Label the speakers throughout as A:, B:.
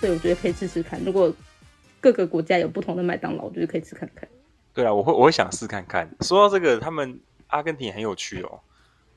A: 所以我觉得可以试试看。如果各个国家有不同的麦当劳，我觉得可以吃看看。
B: 对啊，我会我会想试看看。说到这个，他们阿根廷也很有趣哦。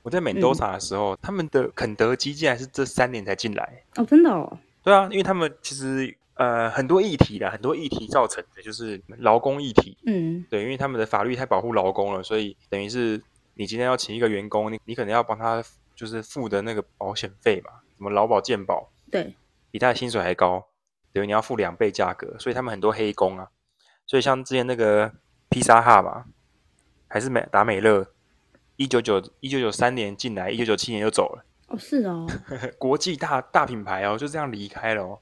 B: 我在美多萨的时候，他们的肯德基竟然是这三年才进来。
A: 哦，真的哦，
B: 对啊，因为他们其实呃很多议题啦，很多议题造成的就是劳工议题。
A: 嗯，
B: 对，因为他们的法律太保护劳工了，所以等于是你今天要请一个员工，你你可能要帮他就是付的那个保险费嘛，什么劳保、健保，
A: 对，
B: 比他的薪水还高，等于你要付两倍价格，所以他们很多黑工啊。所以像之前那个披萨哈嘛，还是美达美乐，一九九一九九三年进来，一九九七年就走了，
A: 哦是哦，
B: 国际大大品牌哦，就这样离开了哦。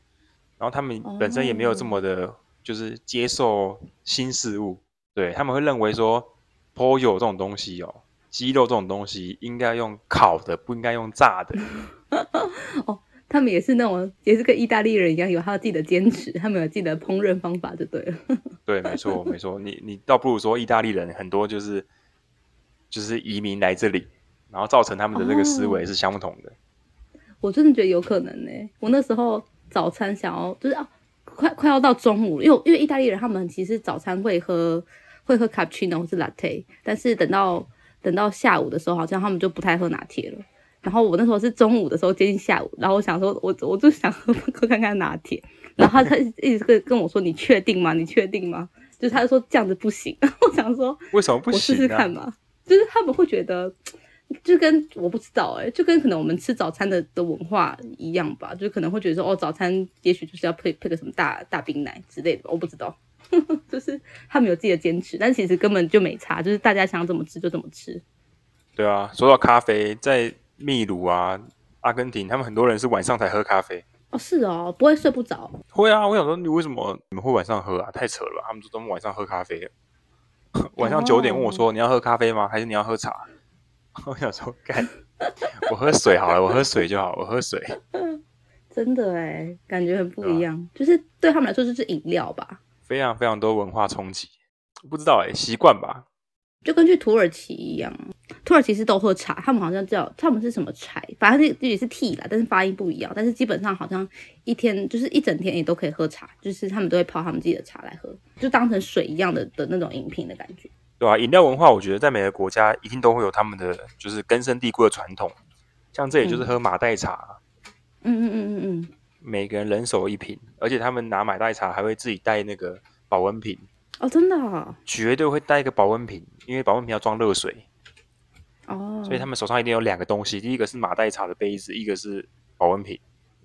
B: 然后他们本身也没有这么的，就是接受新事物，对他们会认为说，pollo 这种东西哦，鸡肉这种东西应该用烤的，不应该用炸的。
A: 他们也是那种，也是跟意大利人一样，有他自己的坚持，他们有自己的烹饪方法就对了。
B: 对，没错，没错。你你倒不如说意大利人很多就是就是移民来这里，然后造成他们的这个思
A: 哦
B: 维是相同的。
A: 我真的觉得有可能呢、我那时候早餐想要就是啊，快快要到中午了，因为因为意大利人他们其实早餐会喝会喝 cappuccino 或是 latte，但是等到等到下午的时候，好像他们就不太喝拿铁了。然后我那时候是中午的时候接近下午，然后我想说我我就想喝喝看看拿铁，然后他他一直跟跟我说你确定吗？你确定吗？就是他就说这样子不行，我想说
B: 为什么不
A: 我试
B: 行、啊？
A: 试看嘛。就是他们会觉得，就跟我不知道哎、就跟可能我们吃早餐的的文化一样吧，就可能会觉得说，哦，早餐也许就是要配配个什么大大冰奶之类的吧，我不知道。 就是他们有自己的坚持，但其实根本就没差，就是大家想要怎么吃就怎么吃。
B: 对啊，说到咖啡，在秘鲁啊、阿根廷，他们很多人是晚上才喝咖啡。
A: 哦，是哦，不会睡不着。
B: 会啊，我想说你为什么你们会晚上喝啊？太扯了吧！他们说他们晚上喝咖啡了， 晚上九点问我说、
A: 哦
B: 你要喝咖啡吗？还是你要喝茶？ 我想说干，我喝水好了，我喝水就好，我喝水。
A: 真的哎，感觉很不
B: 对啊
A: 一样，就是对他们来说就是饮料吧，
B: 非常非常多文化冲击，不知道哎、习惯吧？
A: 就跟去土耳其一样。啊土耳其是都喝茶，他们好像叫他们是什么柴，反正也是 tea 啦，但是发音不一样。但是基本上好像一天就是一整天也都可以喝茶，就是他们都会泡他们自己的茶来喝，就当成水一样的的那种饮品的感觉。
B: 对啊，饮料文化，我觉得在每个国家一定都会有他们的就是根深蒂固的传统，像这里就是喝马黛茶，
A: 嗯嗯嗯嗯嗯。
B: 每个人人手一瓶，而且他们拿马黛茶还会自己带那个保温瓶，
A: 哦，真的哦，
B: 绝对会带一个保温瓶，因为保温瓶要装热水，
A: 哦
B: 所以他们手上一定有两个东西，第一个是马黛茶的杯子，一个是保温瓶。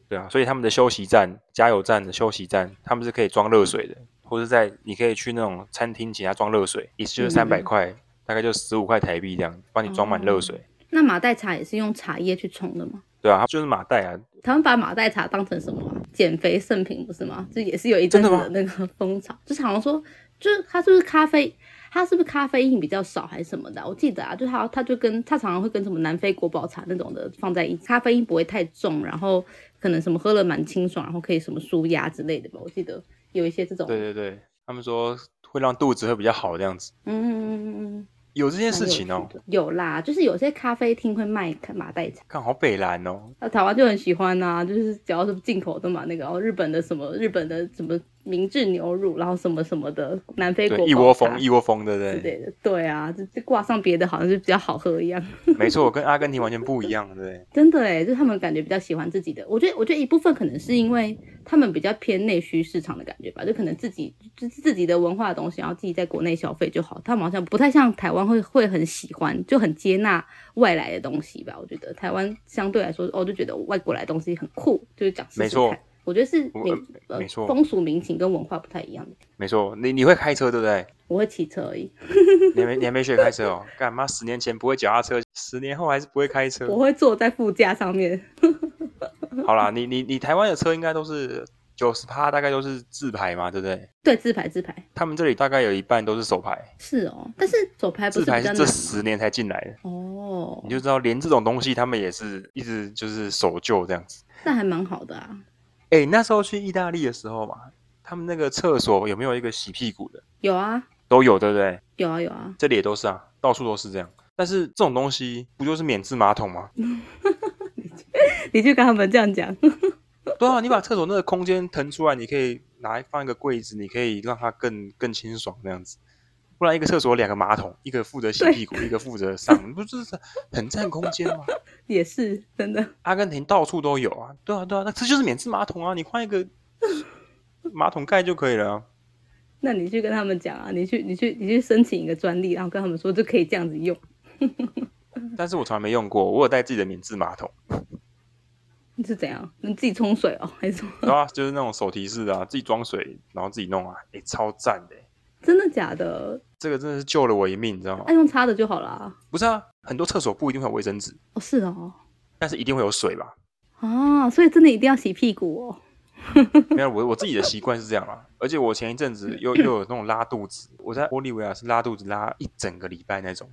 B: 对啊，所以他们的休息站、加油站的休息站，他们是可以装热水的，
A: 嗯
B: 或者在你可以去那种餐厅请他装热水，一次就是三百
A: 嗯
B: 块，大概就十五块台币这样，帮你装满热水。
A: 那马黛茶也是用茶叶去冲的吗？
B: 对啊，它就是马黛啊，
A: 他们把马黛茶当成什么啊、减肥圣品不是吗？这也是有一阵子
B: 真的
A: 的那个风潮，就是好像说，就是它是不是咖啡，它是不是咖啡因比较少还是什么的啊、我记得啊，就它它就跟它常常会跟什么南非国宝茶那种的放在一起，咖啡因不会太重，然后可能什么喝了蛮清爽，然后可以什么舒压之类的吧。我记得有一些这种，
B: 对对对，他们说会让肚子会比较好这样子，
A: 嗯嗯嗯嗯，
B: 有这件
A: 这
B: 事情哦，
A: 有啦，就是有些咖啡厅会卖马黛茶。
B: 看好北蓝哦，
A: 那台湾就很喜欢呐、就是只要是进口都买那个，然后日本的什么日本的什么明治牛乳，然后什么什么的，南非国
B: 对，一窝蜂
A: 宝
B: 一窝蜂的，
A: 茶之
B: 对不对？
A: 类的，对啊，就就挂上别的好像就比较好喝一样，
B: 没错，跟阿根廷完全不一样，对不对？
A: 真的哎，就他们感觉比较喜欢自己的。我觉得我觉得一部分可能是因为他们比较偏内需市场的感觉吧，就可能自己自自己的文化的东西，然后自己在国内消费就好。他们好像不太像台湾会会很喜欢，就很接纳外来的东西吧。我觉得台湾相对来说，哦，就觉得外国来的东西很酷，就是讲试
B: 没
A: 试
B: 错
A: 看。我觉得是
B: 我
A: 民呃
B: 没错
A: 风俗民情跟文化不太一样的。
B: 没错，你你会开车对不对？
A: 我会骑车而已，
B: 你还没你还没学开车哦，干妈十年前不会脚踏车，十年后还是不会开车
A: 我。会坐在副驾上面。
B: 好啦，你你你台湾的车应该都是九十趴，大概都是自排嘛，对不对？
A: 对，自排自排
B: 他们这里大概有一半都是手排，
A: 是哦，但是手排不
B: 自
A: 是
B: 排
A: 比
B: 是
A: 较
B: 这
A: 难
B: 十年才进来的，
A: 哦
B: 你，就知道连这种东西他们也是一直就是守旧这样子。
A: 那还蛮好的啊。
B: 哎，那时候去意大利的时候嘛，他们那个厕所有没有一个洗屁股的？
A: 有啊，
B: 都有，对不对？
A: 有啊有啊，
B: 这里也都是啊，到处都是这样。但是这种东西不就是免治马桶吗？
A: 你去跟他们这样讲，
B: 对啊，你把厕所那个空间腾出来，你可以拿放一个柜子，你可以让它更更清爽那样子。不然一个厕所有两个马桶，一个负责洗屁股，一个负责上，不就是很占空间吗？
A: 也是真的，
B: 阿根廷到处都有啊，对啊对啊，那这就是免治马桶啊，你换一个马桶盖就可以了啊。
A: 那你去跟他们讲啊，你去你去你去申请一个专利，然后跟他们说就可以这样子用。
B: 但是我从来没用过，我有带自己的免治马桶，
A: 是怎样？你自己冲水哦， 还是什么？
B: 对啊，就是那种手提式的啊，自己装水然后自己弄啊，哎、超赞的欸、
A: 真的假的？
B: 这个真的是救了我一命，你知道吗
A: 爱、？用擦的就好啦。
B: 不是啊，很多厕所不一定会有卫生纸，
A: 哦，是哦，
B: 但是一定会有水吧？
A: 啊，所以真的一定要洗屁股哦。
B: 没有，我我自己的习惯是这样啦。而且我前一阵子又又有那种拉肚子，我在玻利维亚是拉肚子拉一整个礼拜那种，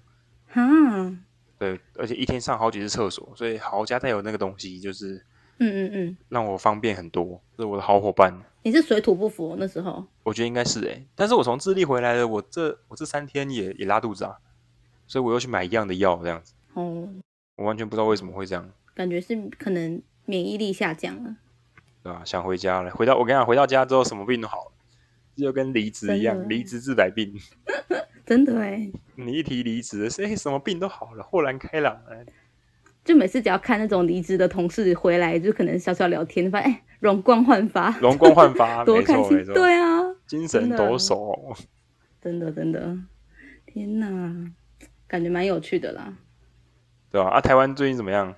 A: 哈，嗯
B: 对，而且一天上好几次厕所，所以好家带有那个东西，就是
A: 嗯嗯，
B: 让我方便很多，是我的好伙伴。
A: 你是水土不服哦那时候
B: 我觉得应该是诶、欸但是我从智利回来了，我这我这三天也也拉肚子啊，所以我又去买一样的药，这样子，
A: 哦，
B: 我完全不知道为什么会这样，
A: 感觉是可能免疫力下降啊了，
B: 对吧、想回家了，回到我跟你讲，回到家之后什么病都好了，就跟离职一
A: 真的
B: 样，离职治百病。
A: 真的哎。
B: 你一提离职，哎，什么病都好了，豁然开朗哎，
A: 就每次只要看那种离职的同事回来，就可能小小聊天，发现哎容光焕发，
B: 容光焕 发，
A: 多
B: 没
A: 开
B: 错没
A: 心！
B: 错，
A: 对啊，
B: 精神
A: 真的
B: 抖擞。
A: 真的真的，天哪，感觉蛮有趣的啦。
B: 对吧、啊？台湾最近怎么样？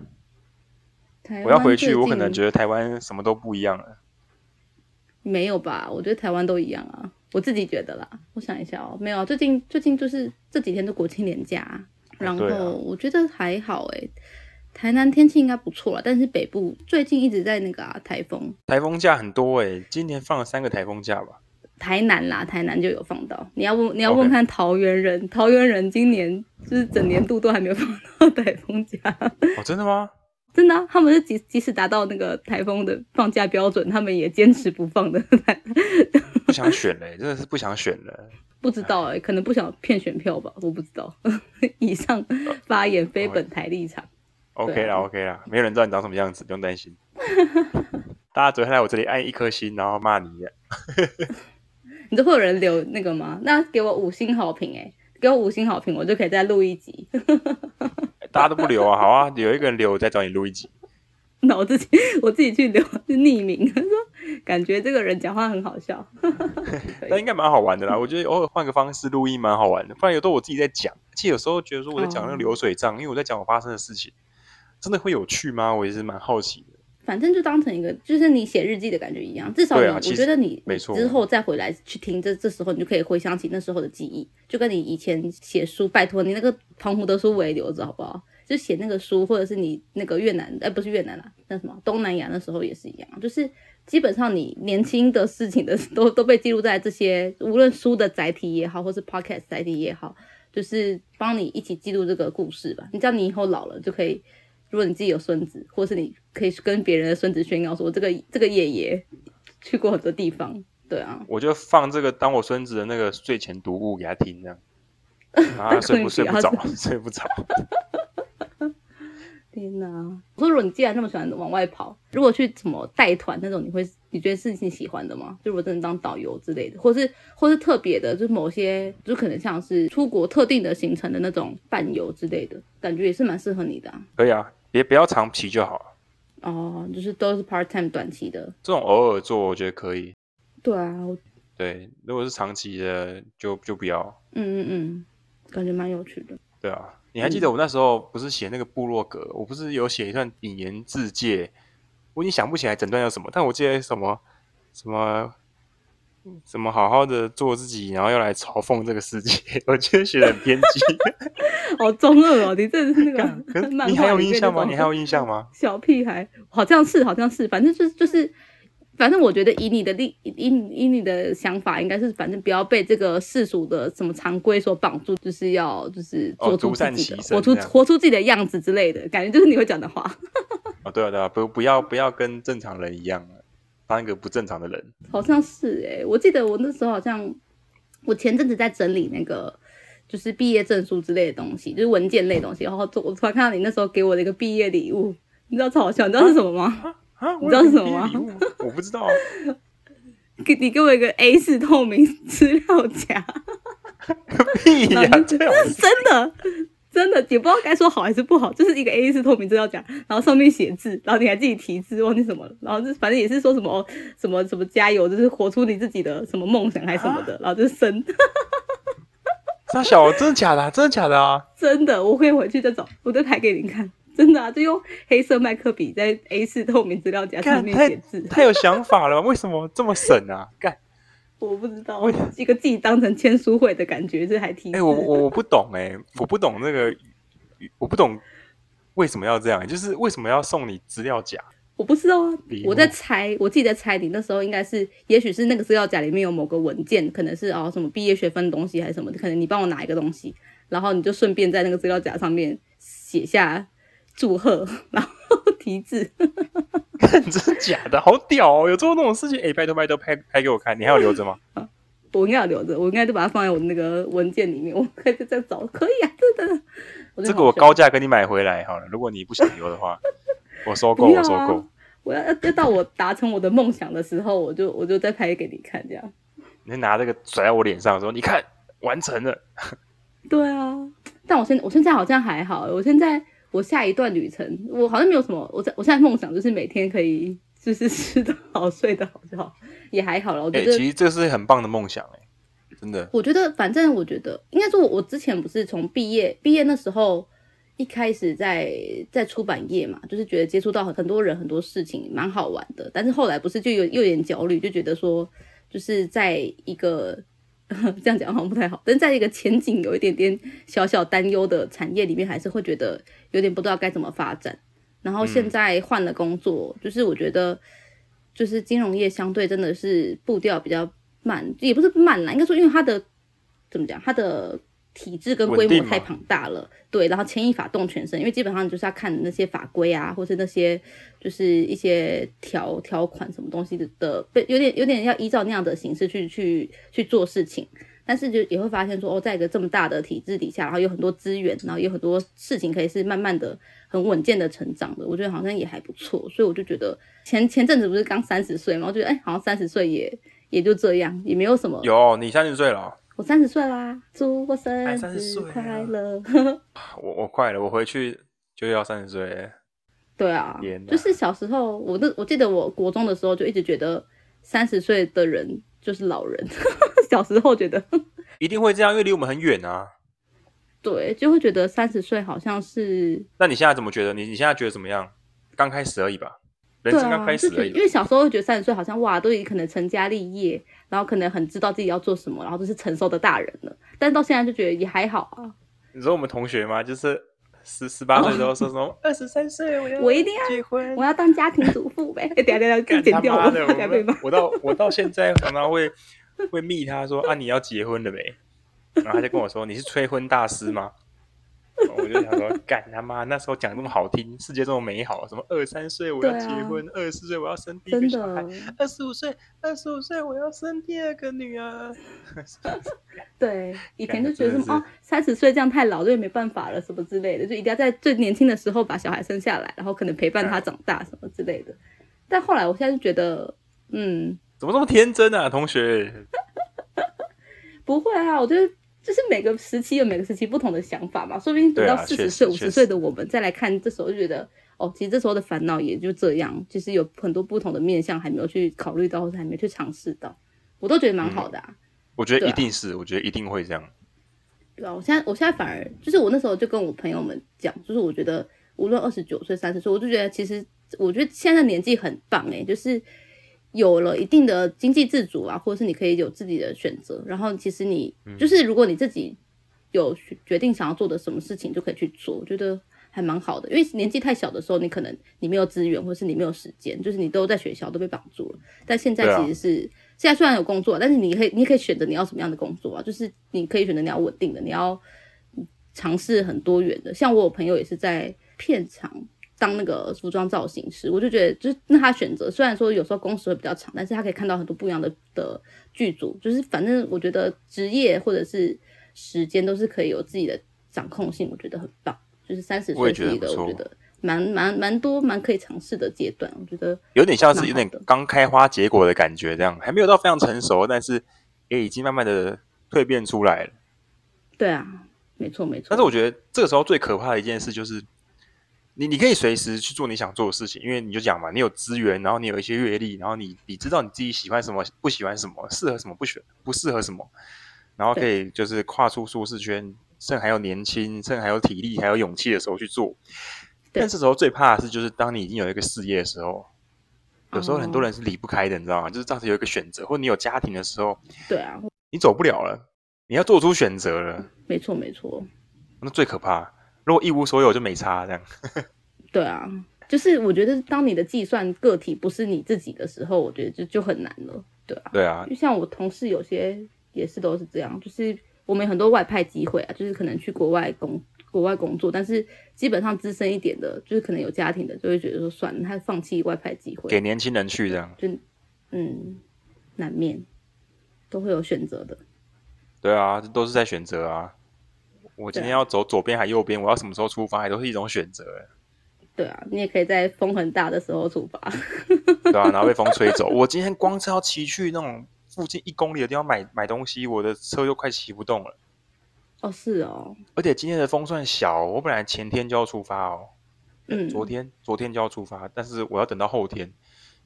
A: 台
B: 我要
A: 湾
B: 回去，
A: 最
B: 我可能
A: 近
B: 觉得台湾什么都不一样了。
A: 没有吧？我觉得台湾都一样啊，我自己觉得啦。我想一下哦，没有啊，最近最近就是这几天的国庆连假啊、然
B: 对啊
A: 后我觉得还好诶、台南天气应该不错啦，但是北部最近一直在那个啊台风，
B: 台风假很多哎、今年放了三个台风假吧？
A: 台南啦，台南就有放到。你要问你要问
B: OK
A: 看桃园人桃园人今年就是整年度都还没有放到台风假，
B: 哦，真的吗？
A: 真的啊、他们是即即使达到那个台风的放假标准，他们也坚持不放的。
B: 不想选嘞、真的是不想选了。
A: 不知道哎、可能不想骗选票吧，我不知道。 以上发言非本台立场。
B: OK
A: 对
B: 啦
A: 啊
B: ，OK 啦，没有人知道你长什么样子，不用担心。大家昨天来我这里按一颗星，然后骂你一样，
A: 你都会有人留那个吗？那给我五星好评哎、给我五星好评，我就可以再录一集。
B: 大家都不留啊，好啊，有一个人留，我再找你录一集。
A: 那我自己我自己去留，是匿名。 他说感觉这个人讲话很好笑。
B: 那应该蛮好玩的啦。我觉得偶尔换个方式录音蛮好玩的，不然有时候我自己在讲，而且有时候觉得说我在讲那个
A: 哦
B: 流水账，因为我在讲我发生的事情，真的会有趣吗？我也是蛮好奇的。
A: 反正就当成一个，就是你写日记的感觉一样。至少你，
B: 对啊
A: 我
B: 其实
A: 觉得你
B: 没错
A: 之后再回来去听这这时候，你就可以回想起那时候的记忆，就跟你以前写书，拜托你那个澎湖的书我也留着好不好？就写那个书，或者是你那个越南，哎、不是越南啦，那什么东南亚那时候也是一样，就是基本上你年轻的事情的 都都被记录在这些，无论书的载体也好，或是 podcast 载体也好，就是帮你一起记录这个故事吧。你知道你以后老了就可以如果你自己有孙子，或是你可以跟别人的孙子炫耀说，这个这个爷爷去过很多地方，对啊，
B: 我就放这个当我孙子的那个睡前读物给他听，这样， 啊，
A: 但
B: 睡不
A: 可
B: 睡
A: 能
B: 不
A: 比较
B: 着， 睡不着。
A: 天哪！我说，如果你既然那么喜欢往外跑，如果去什么带团那种，你会你觉得是你喜欢的吗？就如果真的当导游之类的，或是或是特别的，就是某些就可能像是出国特定的行程的那种伴游之类的，感觉也是蛮适合你的、啊、
B: 可以啊，别不要长期就好了，
A: 哦，就是都是 part time 短期的，
B: 这种偶尔做我觉得可以。
A: 对啊，我
B: 对，如果是长期的就就不要。
A: 嗯嗯嗯，感觉蛮有趣的。
B: 对啊，
A: 嗯
B: 你还记得我那时候不是写那个部落格，我不是有写一段引言自介，我已经想不起来整段叫什么，但我记得什么什么什么好好的做自己，然后要来嘲讽这个世界， 我觉得写的很偏 激。
A: 好中二哦！你这是那个
B: 可是
A: 漫
B: 你还
A: 画
B: 有
A: 里面
B: 印象吗？
A: 那种
B: 你还有印象吗？
A: 小屁孩，好像是好像是，反正就是就是，反正我觉得以你的立以你以你的想法，应该是反正不要被这个世俗的什么常规所绑住，就是要就是
B: 哦
A: 做出
B: 独
A: 自
B: 善
A: 己的，
B: 其身
A: 活出
B: 这样
A: 活出自己的样子之类的感觉，就是你会讲的话，
B: 哦，对啊，对啊，不不要不要跟正常人一样，当一个不正常的人。
A: 好像是诶、我记得我那时候好像我前阵子在整理那个。就是毕业证书之类的东西，就是文件类的东西。然后我突然看到你那时候给我的一个毕业礼物，你知道超好笑，你知道是什么吗？
B: 啊，
A: 你知道什么吗
B: 我有给你礼物？我不 知道啊，
A: 给你给我一个 A 四透明资料夹，
B: 屁呀、
A: 然后就
B: 这样子
A: 真的真的也不知道该说好还是不好，就是一个 A 四透明资料夹，然后上面写字，然后你还自己题字，忘记什么了，然后就反正也是说什么、哦、什么什么加油，就是活出你自己的什么梦想还是什么
B: 啊
A: 的，然后就是生
B: 沙小，真的假的啊、真的假的啊？
A: 真的，我会回去再找，我再拍给你看。真的啊，就用黑色麦克笔在 A 四透明资料夹上
B: 干
A: 面
B: 太
A: 写字，
B: 太有想法了，为什么这么省啊？干，
A: 我不知道
B: 我，
A: 一个自己当成签书会的感觉，这还挺……
B: 哎、我我我不懂哎、我不懂那个，我不懂为什么要这样，欸就是为什么要送你资料夹？
A: 我不知道啊
B: 礼，物
A: 我在猜，我自己在猜，你那时候应该是，也许是那个资料夹里面有某个文件，可能是哦什么毕业学分的东西还是什么的，可能你帮我拿一个东西，然后你就顺便在那个资料夹上面写下祝贺， 然后题字，
B: 看，真的假的？好屌哦！有做过那种事情？哎、拜托拜托，拍拍给我看，你还有留 着吗？
A: 我应该要留着，我应该就把它放在我那个文件里面，我可以再找，可以啊，真的。我就
B: 这
A: 好
B: 个我
A: 笑
B: 高价跟你买回来好了，如果你不想留的话， 我收购，
A: 不要
B: 我收
A: 啊
B: 购。！
A: 我要要要到我达成我的梦想的时候，我就我就再拍给你看，这样。
B: 你就拿这个甩在我脸上说：“你看，完成了。
A: 对啊，但我现我现在好像还好，我现在我下一段旅程，我好像没有什么，我在我现在梦想就是每天可以就是吃得好、睡得好就好，也还好了。我觉
B: 哎、
A: 得、
B: 其实这是很棒的梦想哎、真的。
A: 我觉得，反正我觉得，应该说我，我之前不是从毕业毕业那时候一开始在在出版业嘛，就是觉得接触到很很多人很多事情，蛮好玩的。但是后来不是就有又有点焦虑，就觉得说，就是在一个 这样讲好像不太好，但是在一个前景有一点点小小担忧的产业里面，还是会觉得有点不知道该怎么发展。然后现在换了工作，就是我觉得，就是金融业相对真的是步调比较慢，也不是慢啦，应该说因为它的怎么讲，它的体制跟规
B: 稳定
A: 模
B: 嘛
A: 太庞大了，对，然后牵一发动全身，因为基本上就是要看那些法规啊，或是那些就是一些条条款什么东西的的，被有点有点要依照那样的形式去去去做事情。但是就也会发现说，哦，在一个这么大的体制底下，然后有很多资源，然后有很多事情可以是慢慢的、很稳健的成长的，我觉得好像也还不错，所以我就觉得前前阵子不是刚三十岁嘛，我觉得哎、好像三十岁也也就这样，也没有什么。
B: 有你三十岁了哦、
A: 我三十岁啦，祝我生
B: 哎30
A: 日
B: 岁啊
A: 快乐！
B: 我我快了，我回去就要三十岁了。
A: 对啊
B: 天，哪
A: 就是小时候，我那我记得我国中的时候就一直觉得三十岁的人就是老人， 小时候觉得
B: 一定会这样，因为离我们很远啊。
A: 对，就会觉得三十岁好像是
B: 那你现在怎么觉得？你你现在觉得怎么样？刚开始而已吧，人
A: 对
B: 生刚开始
A: 啊就
B: 而
A: 是
B: 已
A: 因。为小时候会觉得三十岁好像哇，都已经可能成家立业，然后可能很知道自己要做什么，然后都是成熟的大人了。但到现在就觉得也还好啊，
B: 你说我们同学吗？就是十十八岁的时候说什么哦 二十三岁我要
A: 我一定要
B: 结婚，
A: 我要当家庭主妇 呗。哎，等一下等一下，
B: 干
A: 这剪
B: 他
A: 掉
B: 妈
A: 了，
B: 的！
A: 等 一下被
B: 我
A: 骂
B: 们。我到我到现在常常会会密他说啊你要结婚了没？然后他就跟我说你是催婚大师吗？然后我就想说，干他妈！那时候讲那么好听，世界这么美好，什么二三岁我要
A: 对啊
B: 结婚，二十四岁我要生第一个
A: 真
B: 小孩
A: 的，，
B: 二十五岁，二十五岁我要生第二个女儿。
A: 对，以前
B: 干
A: 就
B: 这
A: 觉得
B: 真
A: 什
B: 的
A: 么哦，三十岁这样太老了，也没办法了，什么之类的，就一定要在最年轻的时候把小孩生下来，然后可能陪伴他
B: 哎
A: 长大什么之类的。但后来我现在就觉得，嗯，
B: 怎么这么天真啊，同学？
A: 不会啊，我觉得就是每个时期有每个时期不同的想法嘛，说不定等
B: 对
A: 到
B: 啊
A: 四十
B: 确实
A: 岁、五
B: 确
A: 十
B: 实
A: 岁的我们再来看这时候，就觉得哦，其实这时候的烦恼也就这样，其实有很多不同的面向还没有去考虑到，或者还没去尝试到，我都觉得蛮好
B: 嗯
A: 的啊。
B: 我觉得
A: 对啊
B: 一定是，我觉得一定会这样。
A: 对啊，我现在我现在反而就是我那时候就跟我朋友们讲，就是我觉得无论二十九岁、三十岁，我就觉得其实我觉得现在的年纪很棒诶、就是有了一定的经济自主啊，或者是你可以有自己的选择，然后其实你
B: 嗯
A: 就是如果你自己有决定想要做的什么事情，就可以去做，我觉得还蛮好的。因为年纪太小的时候，你可能你没有资源，或是你没有时间，就是你都在学校都被绑住了。但现
B: 对
A: 在
B: 啊
A: 其实是、现在虽然有工作，但是你可以你可以选择你要什么样的工作啊，就是你可以选择你要稳定的，你要尝试很多元的。像我有朋友也是在片场当那个服装造型师，我就觉得就是那他选择虽然说有时候工时会比较长，但是他可以看到很多不一样的的剧组，就是反正我觉得职业或者是时间都是可以有自己的掌控性，我觉得很棒。就是三十
B: 我
A: 岁
B: 也觉得
A: 是一
B: 很
A: 个
B: 不错
A: 我觉得蛮蛮蛮多蛮可以尝试的阶段，我觉得
B: 有点像是有
A: 蛮
B: 点
A: 好的
B: 刚开花结果的感觉，这样还没有到非常成熟，但是也已经慢慢的蜕变出来了。
A: 对啊，没错没错。
B: 但是我觉得这个时候最可怕的一件事就是，你你可以随时去做你想做的事情，因为你就讲嘛，你有资源，然后你有一些阅历，然后你你知道你自己喜欢什么，不喜欢什么，适合什么，不喜不适合什么，然后可以就是跨出舒适圈，趁还有年轻，趁还有体力，还有勇气的时候去做。
A: 对
B: 但这时候最怕的是，就是当你已经有一个事业的时候，有时候很多
A: 哦
B: 人是离不开的，你知道吗？就是当时有一个选择，或你有家庭的时候，
A: 对啊，
B: 你走不了了，你要做出选择了。
A: 没错没错。
B: 那最可怕。如果一无所有就没差这样。
A: 对啊，就是我觉得当你的计算个体不是你自己的时候，我觉得就就很难了。对啊，
B: 对啊，
A: 就像我同事有些也是都是这样，就是我们有很多外派机会啊，就是可能去国外工国外工作，但是基本上资深一点的，就是可能有家庭的，就会觉得说算了，他放弃外派机
B: 给
A: 会，
B: 年轻人去这样。
A: 就嗯，难免都会有选择的。
B: 对啊，这都是在选择啊。我今天要走左边还右边，我要什么时候出发，还都是一种选择，欸
A: 对啊，你也可以在风很大的时候出发。
B: 对吧、啊？然后被风吹走。我今天光是要骑去那种附近一公里的地方买买东西，我的车又快骑不动了。
A: 哦，是哦，
B: 而且今天的风算小，我本来前天就要出发哦，
A: 嗯，
B: 昨天昨天就要出发，但是我要等到后天，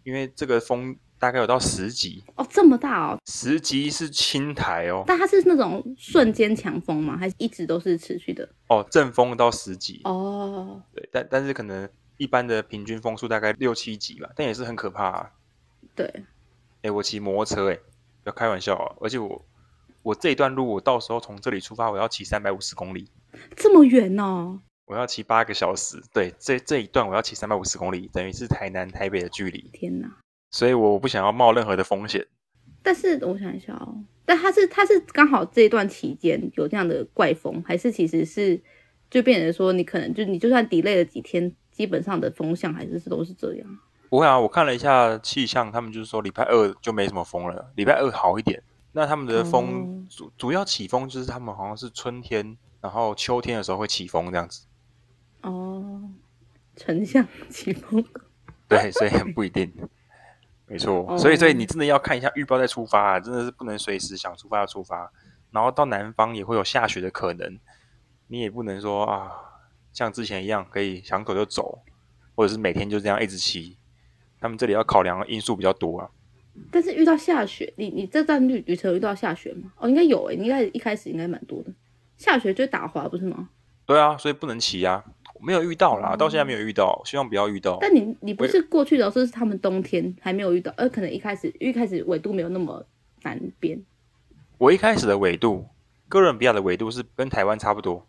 B: 因为这个风大概有到十级，
A: 哦这么大哦，
B: 十级是青台哦，
A: 但它是那种瞬间强风吗？还是一直都是持续的？
B: 哦，阵风到十级，
A: 哦，
B: 对，但但是可能一般的平均风速大概六七级吧，但也是很可怕、啊。
A: 对，
B: 哎，我骑摩托车，哎，不要开玩笑啊！而且我我这一段路，我到时候从这里出发，我要骑三百五十公里，
A: 这么远哦，
B: 我要骑八个小时。对，这这一段我要骑三百五十公里，等于是台南台北的距离，
A: 天哪！
B: 所以我不想要冒任何的风险。
A: 但是我想一下哦，但它是它是刚好这一段期间有这样的怪风，还是其实是就变成说你可能就你就算 delay 了几天，基本上的风向还是都是这样。
B: 不会啊，我看了一下气象，他们就是说礼拜二就没什么风了，礼拜二好一点。那他们的风、
A: 哦
B: 主主要起风就是他们好像是春天，然后秋天的时候会起风这样子。
A: 哦，丞相起风，
B: 对，所以很不一定。没错，
A: 哦
B: 所以所以你真的要看一下预报再出发、啊，真的是不能随时想出发就出发。然后到南方也会有下雪的可能，你也不能说啊，像之前一样可以想走就走，或者是每天就这样一直骑。他们这里要考量的因素比较多啊。
A: 但是遇到下雪，你你这段旅旅程有遇到下雪吗？哦，应该有诶，你应该一开始应该蛮多的。下雪就打滑不是吗？
B: 对啊，所以不能骑啊。我没有遇到啦，
A: 哦
B: 到现在没有遇到，希望不要遇到。
A: 但你你不
B: 我也
A: 是过去的时候是他们冬天还没有遇到，呃，可能一开始一开始纬度没有那么南边，
B: 我一开始的纬度，哥伦比亚的纬度是跟台湾差不多，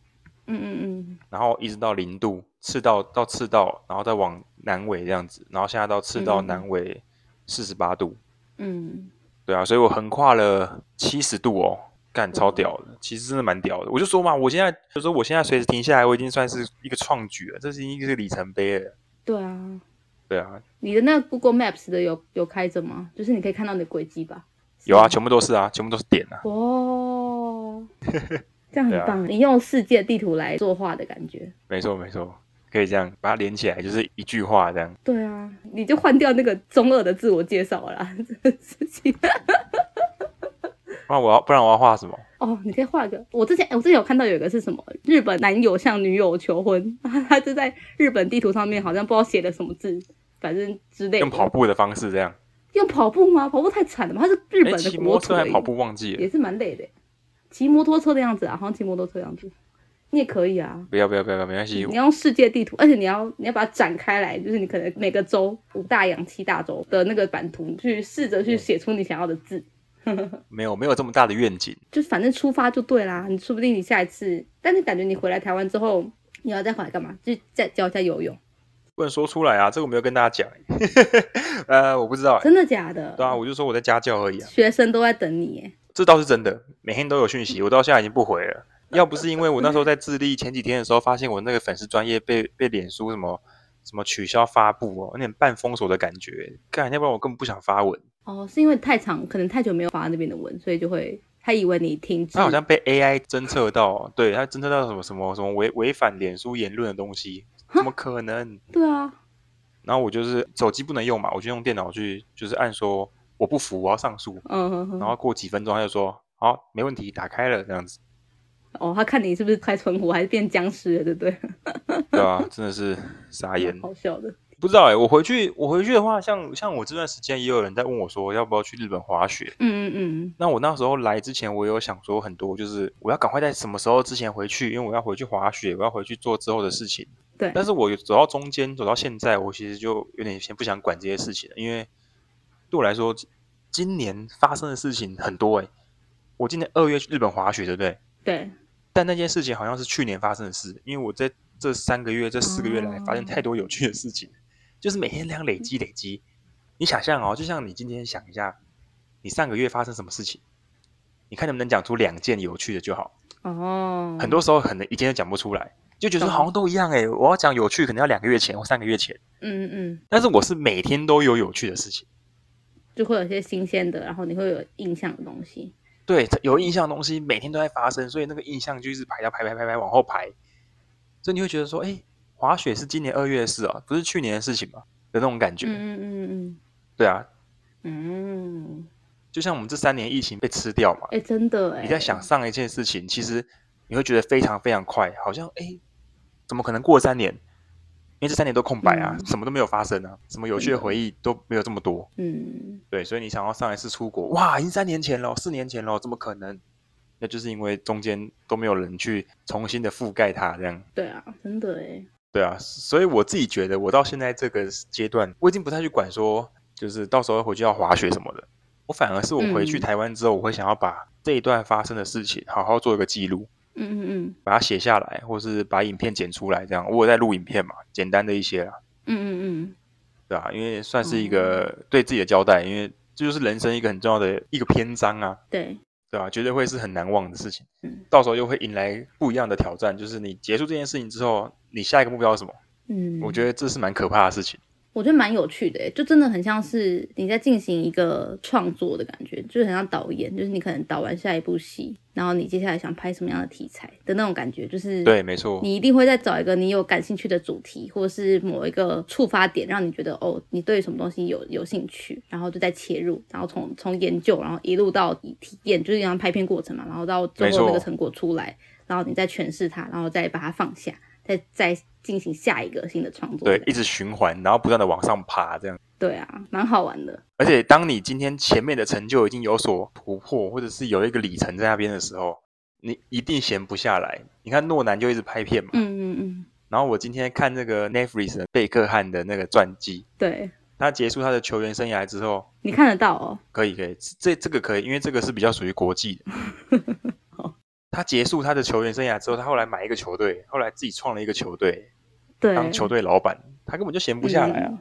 A: 嗯嗯
B: 然后一直到零度，赤道到赤道，然后再往南纬这样子，然后现在到赤道
A: 嗯
B: 南纬四十八度，
A: 嗯嗯，
B: 对啊，所以我横跨了七十度哦，干超屌的，其实真的蛮屌的。我就说嘛，我现在就说我现在随时停下来，我已经算是一个创举了，这是一个里程碑了，
A: 对啊，
B: 对啊，
A: 你的那个 Google Maps 的有有开着吗？就是你可以看到你的轨迹吧？
B: 有啊，
A: 是吗
B: 全部都是啊，全部都是点啊，
A: 哦，这样很
B: 对啊
A: 棒，你用世界地图来作画的感觉。
B: 没错没错，可以这样把它连起来，就是一句话这样。
A: 对啊，你就换掉那个中二的自我介绍了啦， 这个事情。
B: 不然我要不然我要画什么？
A: 哦，你可以画一个。我之前、哎我之前有看到有一个是什么日本男友向女友求婚， 他就在日本地图上面好像不知道写了什么字，反正之类的。
B: 用跑步的方式这样。
A: 用跑步吗？跑步太惨了吧？他是日本
B: 哎，
A: 的
B: 骑摩
A: 国
B: 托
A: 土
B: 车
A: 而
B: 还
A: 已
B: 跑步忘记了？
A: 也是蛮累的。骑摩托车的样子啊，好像骑摩托车的样子，你也可以啊。
B: 不要不要不要，不要没关系
A: 你。要用世界地图，而且你要你要把它展开来，就是你可能每个州五大洋七大洲的那个版图，去试着
B: 嗯
A: 去写出你想要的字。
B: 没有没有这么大的愿景。
A: 就反正出发就对啦。你说不定你下一次，但是感觉你回来台湾之后，你要再回来干嘛？就再教一下游泳，
B: 不能说出来啊，这个我没有跟大家讲。 呃，我不知道、欸。
A: 真的假的？
B: 对啊，我就说我在家教而已啊，
A: 学生都在等你耶。
B: 这倒是真的，每天都有讯息，我到现在已经不回了。要不是因为我那时候在智利，前几天的时候发现我那个粉丝专业被被脸书什么什么取消发布哦，有点半封锁的感觉。干，要不然我根本不想发文。
A: 哦，是因为太长，可能太久没有发那边的文，所以就会他以为你停止。
B: 他好像哦被 AI 侦测到，对他侦测到什么什么什么违违反脸书言论的东西，
A: 哈
B: 怎么可能？
A: 对啊，
B: 然后我就是手机不能用嘛，我就用电脑去，就是按说我不服，我要上诉。
A: 嗯，
B: 然后过几分钟他就说好，没问题，打开了这样子，
A: 哦，他看你是不是开存活，还是变僵尸了，对不对？
B: 对啊，真的是 傻眼。
A: 好笑的。
B: 不知道哎、我回去我回去的话，像像我这段时间也有人在问我说要不要去日本滑雪。
A: 嗯嗯嗯，
B: 那我那时候来之前，我有想说很多，就是我要赶快在什么时候之前回去，因为我要回去滑雪，我要回去做之后的事情。
A: 对
B: 但是我有走到中间，走到现在，我其实就有点先不想管这些事情了，因为对我来说，今年发生的事情很多哎、我今年二月去日本滑雪，对不对？
A: 对，
B: 但那件事情好像是去年发生的事，因为我在这三个月、这四个月来
A: 哦
B: 发现太多有趣的事情，就是每天那样累积累积。你想象哦，就像你今天想一下，你上个月发生什么事情，你看能不能讲出两件有趣的就好。
A: 哦，
B: 很多时候可能一天都讲不出来，就觉得
A: 懂
B: 好像都一样诶、我要讲有趣，可能要两个月前或三个月前，
A: 嗯，嗯嗯，
B: 但是我是每天都有有趣的事情。
A: 就会有一些新鲜的，然后你会有印象的东西。
B: 对，有印象的东西每天都在发生，所以那个印象就一直排到排排排排往后排，所以你会觉得说，哎，滑雪是今年二月的事啊，不是去年的事情嘛的那种感觉。
A: 嗯嗯嗯
B: 对啊，
A: 嗯嗯，
B: 就像我们这三年疫情被吃掉嘛，
A: 哎、真的哎，
B: 你在想上一件事情，其实你会觉得非常非常快，好像哎，怎么可能过三年？因为这三年都空白啊，
A: 嗯
B: 什么都没有发生啊，什么有趣的回忆都没有这么多。
A: 嗯，
B: 对，所以你想要上一次出国，哇，已经三年前了，四年前了，怎么可能？那就是因为中间都没有人去重新的覆盖它，这样
A: 对啊，真的哎，
B: 对啊。所以我自己觉得，我到现在这个阶段，我已经不太去管说，就是到时候回去要滑雪什么的。我反而是我回
A: 嗯
B: 去台湾之后，我会想要把这一段发生的事情好好做一个记录，
A: 嗯嗯嗯
B: 把它写下来，或是把影片剪出来，这样。我有在录影片嘛，简单的一些啦，
A: 嗯嗯
B: 对啊，因为算是一个对自己的交代，因为这就是人生一个很重要的一个篇章啊。
A: 嗯，对，
B: 对啊，绝对会是很难忘的事情。
A: 嗯
B: 到时候又会迎来不一样的挑战，就是你结束这件事情之后，你下一个目标是什么？
A: 嗯，
B: 我觉得这是蛮可怕的事情。
A: 我觉得蛮有趣的欸，就真的很像是你在进行一个创作的感觉，就是很像导演，就是你可能导完下一部戏，然后你接下来想拍什么样的题材的那种感觉，就是
B: 对，没
A: 嗯
B: 错，
A: 你一定会再找一个你有感兴趣的主题，或者是某一个触发点，让你觉得哦，你对什么东西有有兴趣，然后就再切入，然后从从研究，然后一路到体验，就是像拍片过程嘛，然后到最
B: 没错
A: 后那个成果出来，然后你再诠释它，然后再把它放下，再再进行下一个新的创作。
B: 对，一直循环，然后不断的往上爬这样。
A: 对啊，蛮好玩的。
B: 而且当你今天前面的成就已经有所突破，或者是有一个里程在那边的时候，你一定闲不下来。你看诺南就一直拍片嘛，
A: 嗯嗯嗯，
B: 然后我今天看那个 Netflix 的贝克汉的那个传记，
A: 对，
B: 他结束他的球员生涯之后，
A: 你看得到哦。
B: 可以可以，这这个可以，因为这个是比较属于国际的。
A: 好
B: 他结束他的球员生涯之后，他后来买一个球队，后来自己创了一个球队，
A: 对，
B: 当球队老板，他根本就闲不下来啊。
A: 嗯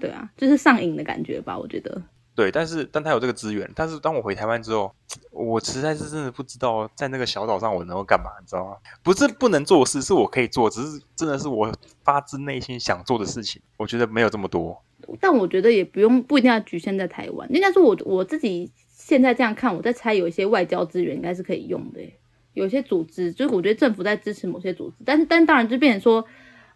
A: 对啊，就是上瘾的感觉吧，我觉得。
B: 对，但是但他有这个资源，但是当我回台湾之后，我实在是真的不知道在那个小岛上我能够干嘛，你知道吗？不是不能做事，是我可以做，只是真的是我发自内心想做的事情，我觉得没有这么多。
A: 但我觉得也不用不一定要局限在台湾，应该说我我自己现在这样看，我在猜有一些外交资源应该是可以用的耶，有些组织就是我觉得政府在支持某些组织，但是但当然就变成说，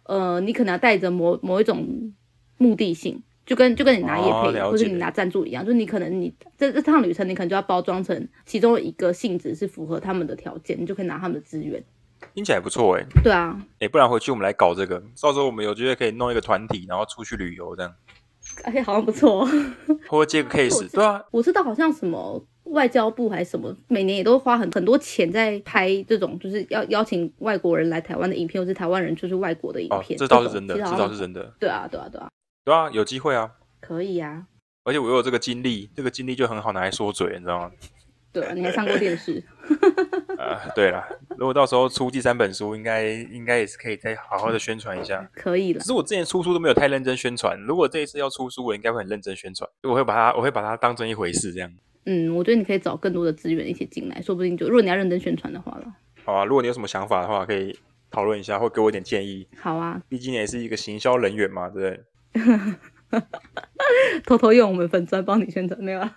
A: 呃，你可能要带着某某一种目的性。就跟就跟你拿业
B: 哦
A: 配、
B: 了
A: 或者
B: 解
A: 你拿赞助一样，就是你可能你这这趟旅程，你可能就要包装成其中一个性质是符合他们的条件，你就可以拿他们的资源。
B: 听起来不错哎、
A: 对啊，
B: 哎，不然回去我们来搞这个，到时候我们有机会可以弄一个团体，然后出去旅游这样。
A: 而且好像不错、哦。
B: 或者接个 case，对啊，
A: 我知道好像什么外交部还是什么，每年也都花很很多钱在拍这种，就是要邀请外国人来台湾的影片，或是台湾人出去外国的影
B: 哦，
A: 片。
B: 这倒是
A: 种
B: 真的，
A: 其
B: 这
A: 实好
B: 倒
A: 像
B: 是真的，
A: 对啊，对啊，对啊，
B: 对啊，有机会啊，
A: 可以啊，
B: 而且我有这个经历，这个经历就很好拿来说嘴，你知道吗？
A: 对啊，你还上过电视，
B: 啊， 对啦，如果到时候出第三本书，应该应该也是可以再好好的宣传一下。
A: 可以了
B: 只。是我之前出书都没有太认真宣传，如果这一次要出书，我应该会很认真宣传，我会把它我会把它当成一回事这样。
A: 嗯，我觉得你可以找更多的资源一起进来，说不定就如果你要认真宣传的话了。
B: 好啊，如果你有什么想法的话，可以讨论一下，或给我一点建议，
A: 好啊，
B: 毕竟你也是一个行销人员嘛，对不对？
A: 偷偷用我们粉砖帮你宣传没有啊？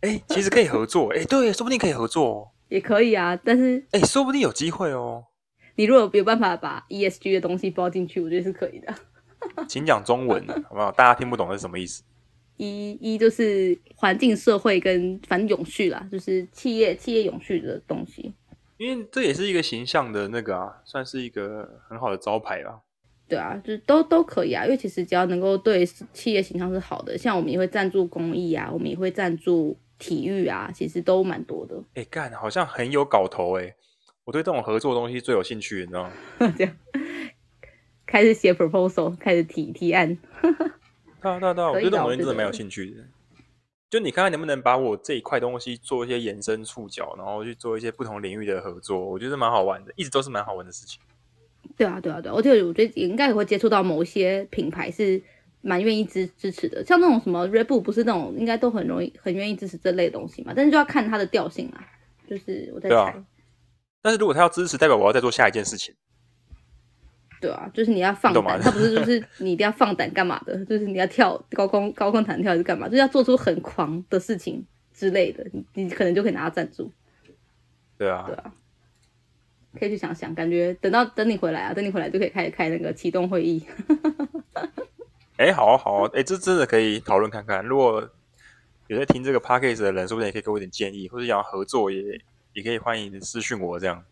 B: 哎，其实可以合作，哎，对，说不定可以合作哦，
A: 也可以啊，但是
B: 哎，说不定有机会哦。
A: 你如果有办法把 ESG 的东西包进去，我觉得是可以的。
B: 请讲中 文的，好不好？大家听不懂是什么意思？
A: 一一就是环境、社会跟反正永续啦，就是企业企业永续的东西。
B: 因为这也是一个形象的那个啊，算是一个很好的招牌啦。
A: 对啊，就是都都可以啊，因为其实只要能够对企业形象是好的，像我们也会赞助公益啊，我们也会赞助体育啊，其实都蛮多的。
B: 哎，干，好像很有搞头哎、我对这种合作的东西最有兴趣，你知道吗？
A: 这样开始写 proposal，开始提提案。
B: 对啊，对啊，对啊，我
A: 可以
B: 对这
A: 的
B: 种
A: 我
B: 东西
A: 觉
B: 真的蛮
A: 得
B: 有兴趣的。就你看看能不能把我这一块东西做一些延伸触角，然后去做一些不同领域的合作，我觉得蛮好玩的，一直都是蛮好玩的事情。
A: 对啊，对啊，对啊，而且我觉得也应该也会接触到某一些品牌是蛮愿意支支持的，像那种什么 Red Bull 不是那种应该都很容易很愿意支持这类东西嘛，但是就要看它的调性啊，就是我在
B: 对啊
A: 猜，
B: 但是如果他要支持，代表我要再做下一件事情。
A: 对啊，就是你要放
B: 你懂吗
A: 胆，它不是就是你一定要放胆干嘛的，就是你要跳高空高空弹跳还是干嘛，就是要做出很狂的事情之类的，你你可能就可以拿到赞助，
B: 对啊，
A: 对啊，可以去想想，感觉等到等你回来啊，等你回来就可以开始开那个启动会议。
B: 哎，好啊，好啊，哎，这真的可以讨论看看。如果有在听这个 p a c k a g e 的人，说不定也可以给我一点建议，或者想要合作也也可以欢迎私讯我这样。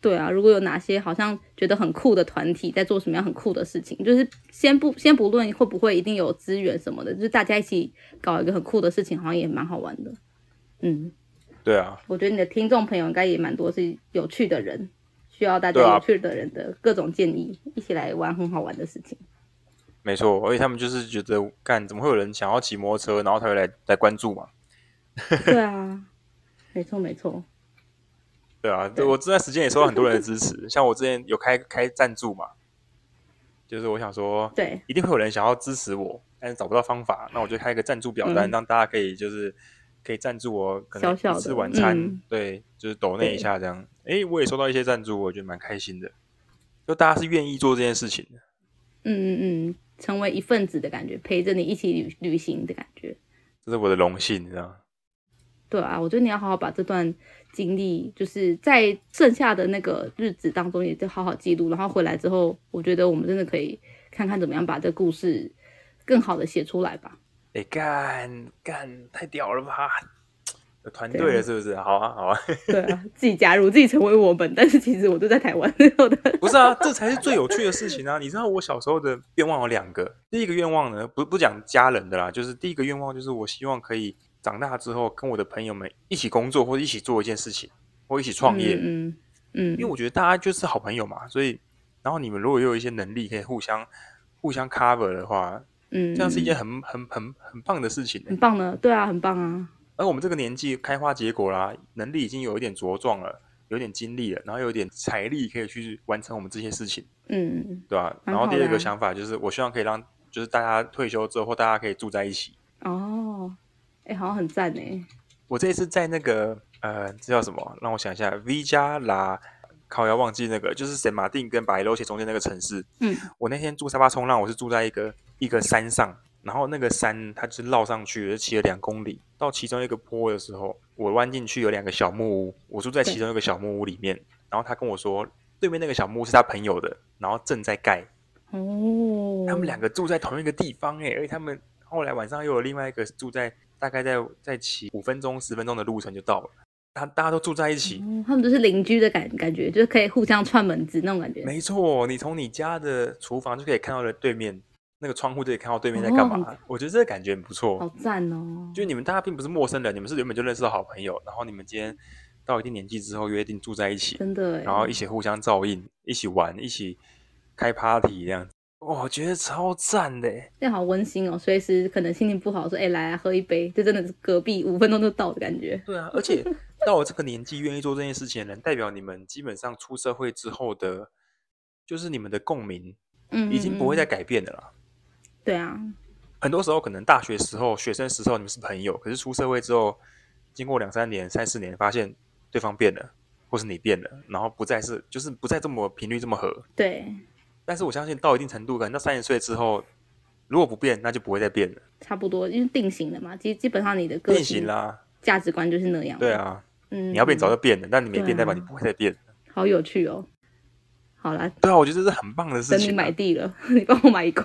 A: 对啊，如果有哪些好像觉得很酷的团体在做什么样很酷的事情，就是先不先不论会不会一定有资源什么的，就是大家一起搞一个很酷的事情，好像也蛮好玩的。嗯，
B: 对啊，
A: 我觉得你的听众朋友应该也蛮多是有趣的人，需要大家
B: 对啊
A: 有趣的人的各种建议，一起来玩很好玩的事情。
B: 没错，而且他们就是觉得，干怎么会有人想要骑摩托车，然后才会来来关注嘛？
A: 对啊，没错没错，
B: 对啊，
A: 对
B: 我这段时间也收到很多人的支持，像我之前有开开赞助嘛，就是我想说，
A: 对
B: 一定会有人想要支持我，但是找不到方法，那我就开一个赞助表单，
A: 嗯
B: 让大家可以就是可以赞助我，可能
A: 小小
B: 一次
A: 的
B: 晚餐，
A: 嗯
B: 对，就是抖那一下这样。诶，我也收到一些赞助，我觉得蛮开心的，就大家是愿意做这件事情的。
A: 嗯嗯嗯，成为一份子的感觉，陪着你一起旅旅行的感觉。
B: 这是我的荣幸，你知道吗？
A: 对啊，我觉得你要好好把这段经历，就是在剩下的那个日子当中，也就好好记录。然后回来之后，我觉得我们真的可以看看怎么样把这故事更好的写出来吧。
B: 哎，干干，太屌了吧！有团
A: 对啊
B: 队了是不是？好啊，好啊，
A: 对啊， 自己加入，自己成为我们，但是其实我都在台湾， 我的
B: 不是啊，这才是最有趣的事情啊！你知道我小时候的愿望有两个，第一个愿望呢，不不讲家人的啦，就是第一个愿望就是我希望可以长大之后跟我的朋友们一起工作，或者一起做一件事情，或一起创业，
A: 嗯嗯，
B: 因为
A: 嗯
B: 我觉得大家就是好朋友嘛，所以然后你们如果有一些能力可以互相互相 cover 的话，
A: 嗯，
B: 这样是一件很很很很棒的事情、欸
A: 很。棒的，对啊，很棒啊，
B: 而我们这个年纪开花结果啦，能力已经有一点茁壮了，有点经历了，然后有点财力可以去完成我们这些事情。
A: 嗯
B: 对吧、
A: 蛮
B: 然后
A: 好
B: 第
A: 的
B: 二个
A: 啊
B: 想法就是，我希望可以让就是大家退休之后，或大家可以住在一起。
A: 哦，哎、好像很赞哎，
B: 我这一次在那个呃，这叫什么？让我想一下，V 加啦，靠，要忘记那个，就是圣马丁跟白楼且中间那个城市。
A: 嗯
B: 我那天住沙巴冲浪，我是住在一个一个山上，然后那个山它就是绕上去，就骑了两公里，到其中一个坡的时候，我弯进去有两个小木屋，我住在其中一个小木屋里面，然后他跟我说，对面那个小木屋是他朋友的，然后正在盖，
A: 哦，
B: 他们两个住在同一个地方哎、而且他们后来晚上又有另外一个住在大概在在骑五分钟十分钟的路程就到了，他大家都住在一起。
A: 哦，他们就是邻居的感感觉，就是可以互相串门子那种感觉，
B: 没错，你从你家的厨房就可以看到了对面那个窗户就可以看到对面在干嘛。
A: 哦很
B: 我觉得这个感觉很不错，
A: 好赞哦，
B: 就你们大家并不是陌生人，你们是原本就认识的好朋友，然后你们今天到一定年纪之后约定住在一起，
A: 真的哎，
B: 然后一起互相照应，一起玩，一起开 party 这样子。哇，我觉得超赞的欸！
A: 这样好温馨哦，随时可能心情不好说，哎、来啊，喝一杯，就真的是隔壁五分钟就到的感觉。
B: 对啊，而且到我这个年纪愿意做这件事情的人，代表你们基本上出社会之后的，就是你们的共鸣
A: 嗯，
B: 已经不会
A: 再
B: 再改变的啦。
A: 对啊，
B: 很多时候可能大学时候、学生时候你们是朋友，可是出社会之后，经过两三年、三四年，发现对方变了，或是你变了，然后不再是就是不再这么频率这么合。
A: 对，
B: 但是我相信到一定程度，可能到三十岁之后，如果不变，那就不会再变了，
A: 差不多，因为定型了嘛，基基本上你的个
B: 变
A: 性
B: 形啦。
A: 价值观就是那样。
B: 对，啊，
A: 嗯，
B: 你要变早就变了，但你没
A: 对
B: 变代表
A: 啊
B: 你不会再变。
A: 好有趣哦。好啦，
B: 对啊，我觉得这是很棒的事
A: 等你
B: 情、啊
A: 买。地了， 你帮我买一块，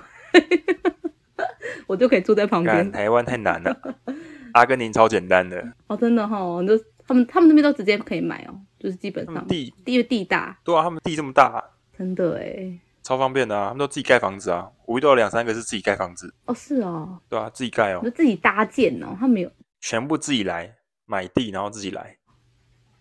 A: 我就可以住在旁
B: 干
A: 边。
B: 台湾太难了， 阿根廷超简单的，
A: 哦，真的哈、哦，你就他们他们那边都直接可以买哦，就是基本
B: 他们
A: 上
B: 地
A: 因为地大，
B: 对啊，他们地这么大，
A: 真的哎。
B: 超方便的啊，他们都自己盖房子啊。我遇到两三个是自己盖房子，
A: 哦，是哦，
B: 对啊，自己盖
A: 你
B: 哦
A: 就，自己搭建哦，他们有
B: 全部自己来买地，然后自己来，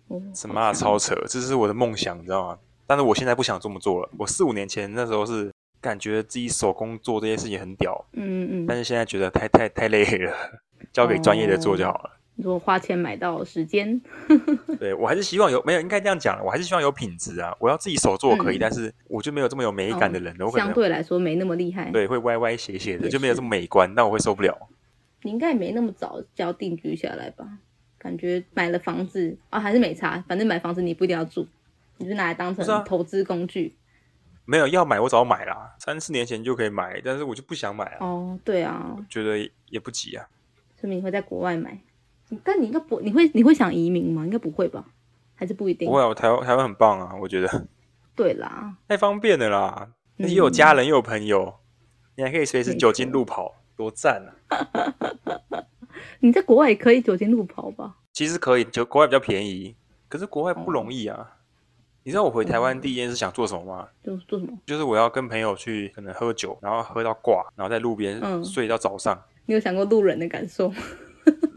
A: 哦，
B: 什么啊超扯，这是我的梦想，你知道吗？但是我现在不想这么做了。我四五年前那时候是感觉自己手工做这些事情很屌，
A: 嗯嗯嗯，
B: 但是现在觉得太太太累了， 交给专业的做就好了。
A: 如果花钱买到时间，哦
B: 对我还是希望有没有应该这样讲，我还是希望有品质啊。我要自己手做可以，
A: 嗯
B: 但是我就没有这么有美感的人了，我可
A: 相
B: 能
A: 对来说没那么厉害。，
B: 对会歪歪斜斜的，
A: 也
B: 就没有
A: 是
B: 这么美观，那我会受不了。
A: 你应该也没那么早就要定居下来吧？感觉买了房子啊、还是没差，反正买房子你不一定要住，你就拿来当
B: 不是啊
A: 成投资工具。
B: 没有要买我早买啦，三四年前就可以买，但是我就不想买了，
A: 哦，对啊，
B: 觉得也不急啊。
A: 所以你会在国外买，但你应该不，你会你会想移民吗？应该不会吧？还是不一定
B: 不？会啊，我台湾台湾很棒啊，我觉得
A: 对啦，
B: 太方便了啦，
A: 嗯
B: 又有家人又有朋友，你还可以随时
A: 没
B: 酒精
A: 错
B: 路跑，多赞啊！
A: 你在国外也可以酒精路跑吧？
B: 其实可以，就国外比较便宜，可是国外不容易啊。你知道我回台
A: 嗯
B: 湾第一件事想做什么吗？
A: 就做什么？
B: 就是我要跟朋友去可能喝酒，然后喝到挂，然后在路边
A: 嗯
B: 睡到早上。
A: 你有想过路人的感受吗？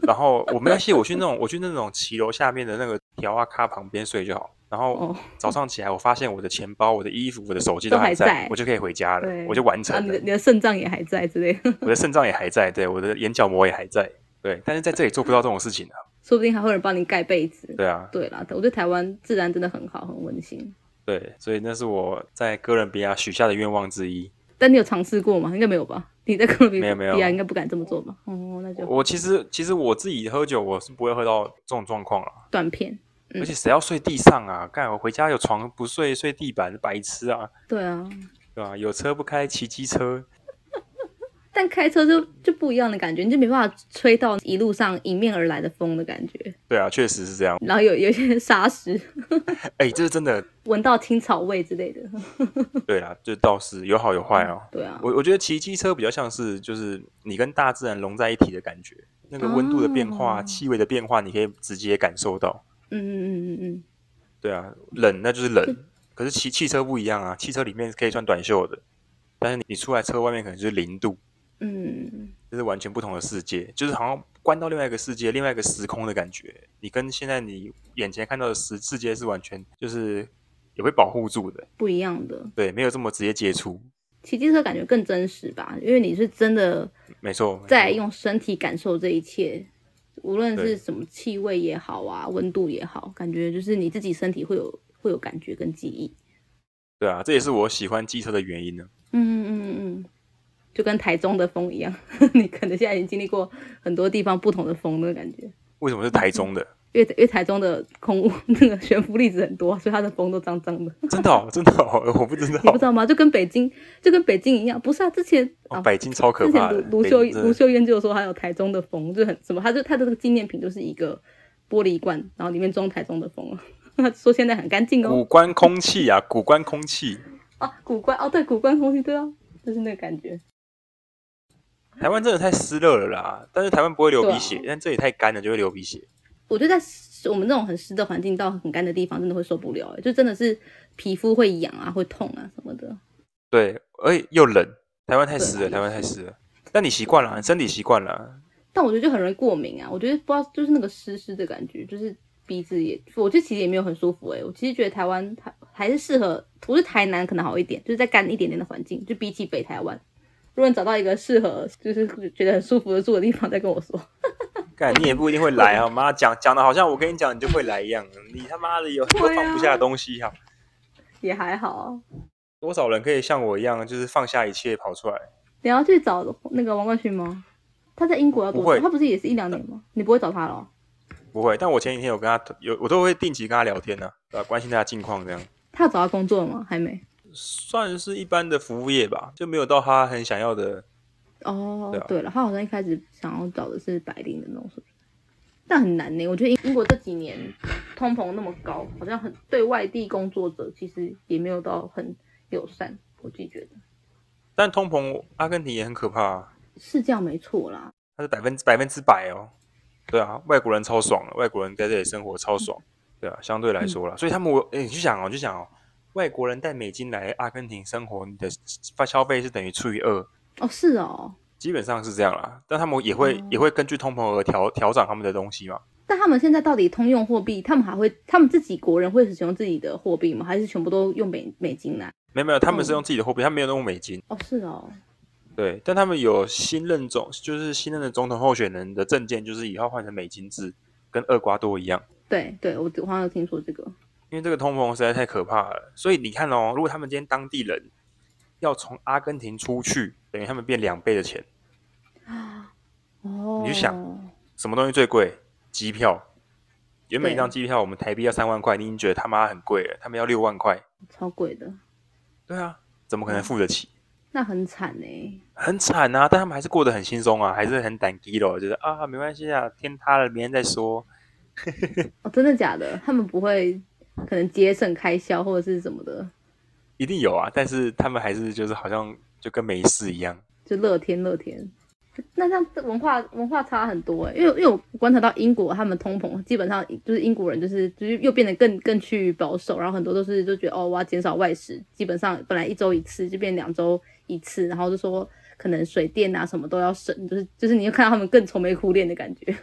B: 然后我没关系，我去那种我去那种骑楼下面的那个条啊咖旁边睡就好。然后
A: 哦，
B: 早上起来，我发现我的钱包、我的衣服、我的手机还
A: 都还在
B: 我就可以回家了
A: 对，
B: 我就完成
A: 啊，你
B: 了
A: 的。你的肾脏也还在之类的，
B: 我的肾脏也还在，对，我的眼角膜也还在，对。但是在这里做不到这种事情啊，
A: 说不定还会有人帮你盖被子。
B: 对啊，
A: 对啦，我觉得台湾治安真的很好，很温馨。
B: 对。所以那是我在哥伦比亚许下的愿望之一。
A: 但你有尝试过吗？应该没有吧？你在哥伦比
B: 没有没有
A: 亚应该不敢这么做吧？哦，那就
B: 我其实其实我自己喝酒，我是不会喝到这种状况了。
A: 断片。嗯
B: 而且谁要睡地上啊？干，我回家有床不睡，睡地板，白痴啊，
A: 对啊，
B: 对吧、有车不开，骑机车，
A: 但开车就就不一样的感觉，你就没办法吹到一路上迎面而来的风的感觉，
B: 对啊，确实是这样。
A: 然后有有一些沙石，
B: 哎、这是真的，
A: 闻到青草味之类的。
B: 对啦，这倒是有好有坏哦。
A: 对啊，
B: 我我觉得骑机车比较像是就是你跟大自然融在一体的感觉，那个温度的变化、
A: 哦
B: 气味的变化，你可以直接感受到。
A: 嗯嗯嗯嗯嗯，
B: 对啊，冷 那就是冷，可是骑汽车不一样啊，汽车里面可以穿短袖的，但是你你出来车外面可能就是零度，
A: 嗯，
B: 这是完全不同的世界，就是好像关到另外一个世界、另外一个时空的感觉。你跟现在你眼前看到的世世界是完全就是也会保护住的，
A: 不一样的。
B: 对，没有这么直接接触。
A: 骑机车感觉更真实吧，因为你是真的
B: 没错，没错
A: 在用身体感受这一切，无论
B: 对
A: 是什么气味也好啊，温度也好，感觉就是你自己身体会有会有感觉跟记忆。
B: 对啊，这
A: 嗯
B: 也是我喜欢机车的原因呢。
A: 嗯嗯嗯嗯，就跟台中的风一样， 你可能现在已经经历过很多地方不同的风的感觉，
B: 为什么是台中的？
A: 因为因为台中的空污那个悬浮粒子很多，所以它的风都脏脏的，
B: 真的哦，真的哦，我不知道
A: 你不。知道吗？就跟北京就跟北京一样，不是啊？之前
B: 哦
A: 啊，
B: 北京超可
A: 之
B: 怕
A: 前
B: 的，
A: 卢卢
B: 北
A: 秀
B: 京真
A: 卢
B: 的
A: 秀燕就说还有台中的风，就很什么，他就他的这个纪念品就是一个玻璃罐，然后里面装台中的风啊。 他说现在很干净
B: 古
A: 哦，
B: 关空气啊，古关空气。
A: 啊，古怪哦，对，古怪空气，对啊，就是那个感觉，
B: 台湾真的太湿热了啦，但是台湾不会流
A: 对啊
B: 鼻血，但这里太干了就会流鼻血。
A: 我觉得在湿我们这种很湿的环境到很干的地方，真的会受不了、欸，就真的是皮肤会痒啊，会痛啊什么的。
B: 对，而且又冷，台湾太
A: 对啊
B: 湿
A: 啦
B: 了，台湾太湿了。但你习惯了，你身体习惯了，啊
A: 但我觉得就很容易过敏啊，我觉得不知道就是那个湿湿的感觉，就是鼻子也，我觉得其实也没有很舒服欸诶、我其实觉得台湾台还是适合，我觉得台南可能好一点，就是在干一点点的环境，就比起北台湾。如果你找到一个适合，就是觉得很舒服的住的地方，再跟我说。
B: 干你也不一定会来 啊！妈讲讲的好像我跟你讲你就会来一样，你他妈的有很多
A: 对啊
B: 放不下的东西哈、
A: 也还好啊，
B: 多少人可以像我一样，就是放下一切跑出来？
A: 你要去找那个王冠勋吗？他在英国要多
B: 不会
A: 久？他不是也是一两年吗？你不会找他了哦？
B: 不会，但我前几天有跟他有，我都会定期跟他聊天呢、啊，关心他的近况这样。
A: 他有找到工作吗？还没。
B: 算是一般的服务业吧，就没有到他很想要的。
A: 哦
B: 对啊，
A: 对了，他好像一开始想要找的是白领的那种，是不是？但很难呢。我觉得英英国这几年通膨那么高，好像很对外地工作者其实也没有到很友善，我自己觉得
B: 但通膨，阿根廷也很可怕、啊，
A: 是这样没错啦。
B: 它是百分之百分之百哦。对啊，外国人超爽的，外国人在这里生活超爽。对啊，相对来说啦，所以他们我哎、你去想哦，你去想哦，外国人带美金来阿根廷生活，你的发消费是等于除以二，
A: 哦，是哦，
B: 基本上是这样啦。但他们也会、也会根据通膨而调调整他们的东西嘛。
A: 但他们现在到底通用货币，他们还会他们自己国人会使用自己的货币吗？还是全部都用美美金来？
B: 没有没有，他们是用自己的货币，他们没有用美金。
A: 哦，是哦，
B: 对，但他们有新任总，就是新任的总统候选人的证件，就是以后换成美金制，跟厄瓜多一样。
A: 对对，我我好像有听说这个。
B: 因为这个通膨实在太可怕了，所以你看哦，如果他们今天当地人要从阿根廷出去，等于他们变两倍的钱。
A: 哦，
B: 你去想什么东西最贵？机票。原本一
A: 对
B: 张机票我们台币要三万块，你已经觉得他妈很贵了，他们要六万块。
A: 超贵的，
B: 对啊，怎么可能付得起？
A: 那很惨呢、
B: 很惨啊，但他们还是过得很轻松啊，还是很胆机的，就是啊，没关系啊，天塌了明天再说。
A: 哦，真的假的？他们不会可能节省开销或者是什么的，
B: 一定有啊，但是他们还是就是好像就跟没事一样。
A: 就乐天乐天。那这样这文化文化差很多哎、因为因为我观察到英国他们通膨，基本上就是英国人就是就是又变得更更趋于保守，然后很多都是就觉得哦我要减少外食，基本上本来一周一次就变两周一次，然后就说可能水电啊什么都要省，就是就是你又看到他们更愁眉苦脸的感觉，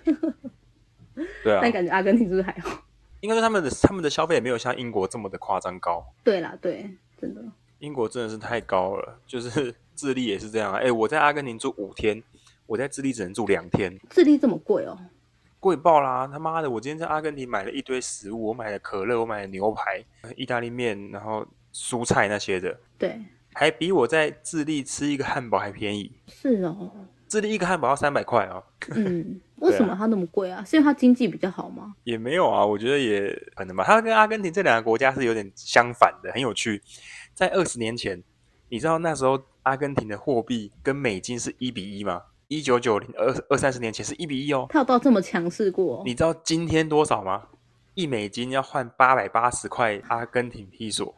B: 对 啊，
A: 但感觉阿根廷是不是还好？
B: 应该说他们的他们的消费也没有像英国这么的夸张高。
A: 对啦，对，真的
B: 英国真的是太高了， 就是智利也是这样、啊。哎、我在阿根廷住五天，我在智利只能住两天，
A: 智利这么贵哦、
B: 贵爆啦！他妈的，我今天在阿根廷买了一堆食物，我买了可乐，我买了牛排、意大利面，然后蔬菜那些的，
A: 对，
B: 还比我在智利吃一个汉堡还便宜。
A: 是哦、
B: 智利一个汉堡要三百块哦，
A: 嗯，为什么它那么贵啊？是因为它经济比较好吗？
B: 也没有啊，我觉得也可能吧。它跟阿根廷这两个国家是有点相反的，很有趣。在二十年前，你知道那时候阿根廷的货币跟美金是一比一吗？一九九零二二三十年前是一比一哦。
A: 它有到这么强势过、
B: 你知道今天多少吗？一美金要换八百八十块阿根廷比索，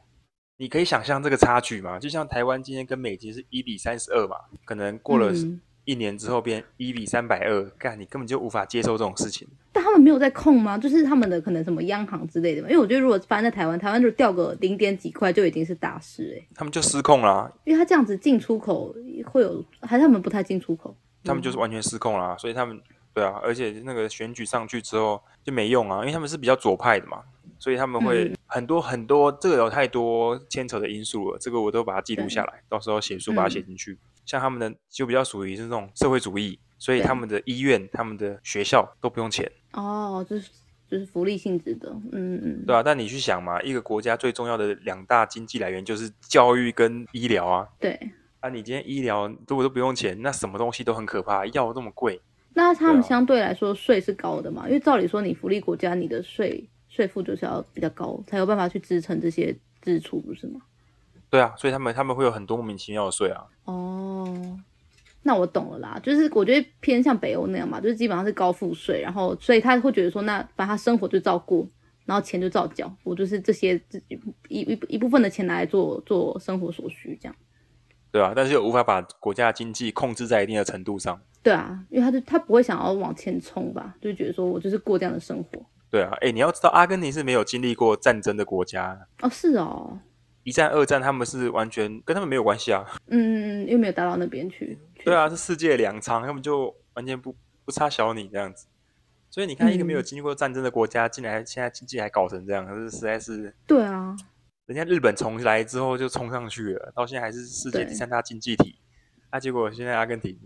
B: 你可以想象这个差距吗？就像台湾今天跟美金是一比三十二嘛，可能过了
A: 嗯
B: 一年之后变一比三百二，干你根本就无法接受这种事情。
A: 但他们没有在控吗？就是他们的可能什么央行之类的嘛。因为我觉得如果发生在台湾，台湾就掉个零点几块就已经是大事哎、
B: 他们就失控啊啦、
A: 因为它这样子进出口会有，还是他们不太进出口？
B: 他们就是完全失控啦、所以他们对啊，而且那个选举上去之后就没用啊，因为他们是比较左派的嘛，所以他们会很多很多，这个有太多牵扯的因素了，这个我都把它记录下来，到时候写书把它写进去。像他们的就比较属于是那种社会主义，所以
A: 对
B: 他们的医院、他们的学校都不用钱，
A: 哦，就是就是福利性质的，嗯嗯，
B: 对啊。但你去想嘛，一个国家最重要的两大经济来源就是教育跟医疗啊。
A: 对。
B: 啊，你今天医疗如果都不用钱，那什么东西都很可怕，药这么贵，
A: 那他们
B: 对啊
A: 相对来说税是高的嘛？因为照理说你福利国家，你的税税负就是要比较高，才有办法去支撑这些支出，不是吗？
B: 对啊，所以他们他们会有很多莫名其妙的税啊。
A: 哦，那我懂了啦，就是我觉得偏向北欧那样嘛，就是基本上是高赋税，然后所以他会觉得说，那把他生活就照过，然后钱就照缴，我就是这些自己一一一部分的钱拿来做做生活所需，这样。
B: 对啊，但是又无法把国家的经济控制在一定的程度上。
A: 对啊，因为他就他不会想要往前冲吧，就觉得说我就是过这样的生活。
B: 对啊，哎，你要知道，阿根廷是没有经历过战争的国家，
A: 哦，是哦，
B: 一战、二战他们是完全跟他们没有关系啊。
A: 嗯，又没有达到那边去。
B: 对啊，是世界粮仓，他们就完全不不差小你这样子。所以你看，一个没有
A: 嗯
B: 经历过战争的国家，竟然现在经济还搞成这样，是实在是
A: 对啊，
B: 人家日本从来之后就冲上去了，到现在还是世
A: 对
B: 界第三大经济体，啊，结果现在阿根廷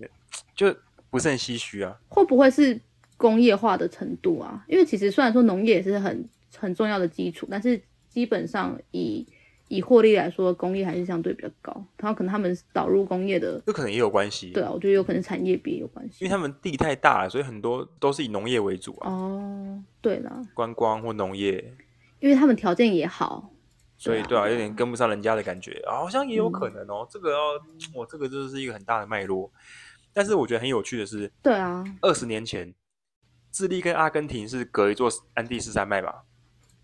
B: 就不是很唏嘘啊。
A: 会不会是工业化的程度啊？因为其实虽然说农业也是很很重要的基础，但是基本上以以获利来说，工业还是相对比较高。然后可能他们导入工业的，
B: 这可能也有关系，
A: 对啊，我觉得有可能产业别有关
B: 因
A: 系。
B: 为他们地太大了，所以很多都是以农业为主啊。
A: 哦，对啦，
B: 观光或农业，
A: 因为他们条件也好，
B: 所以
A: 对
B: 对
A: 啊嗯
B: 啊，有点跟不上人家的感觉，啊好像也有可能哦。这个要我这个就是一个很大的脉络。但是我觉得很有趣的是，
A: 对啊，
B: 二十年前，智利跟阿根廷是隔一座安第斯山脉吧？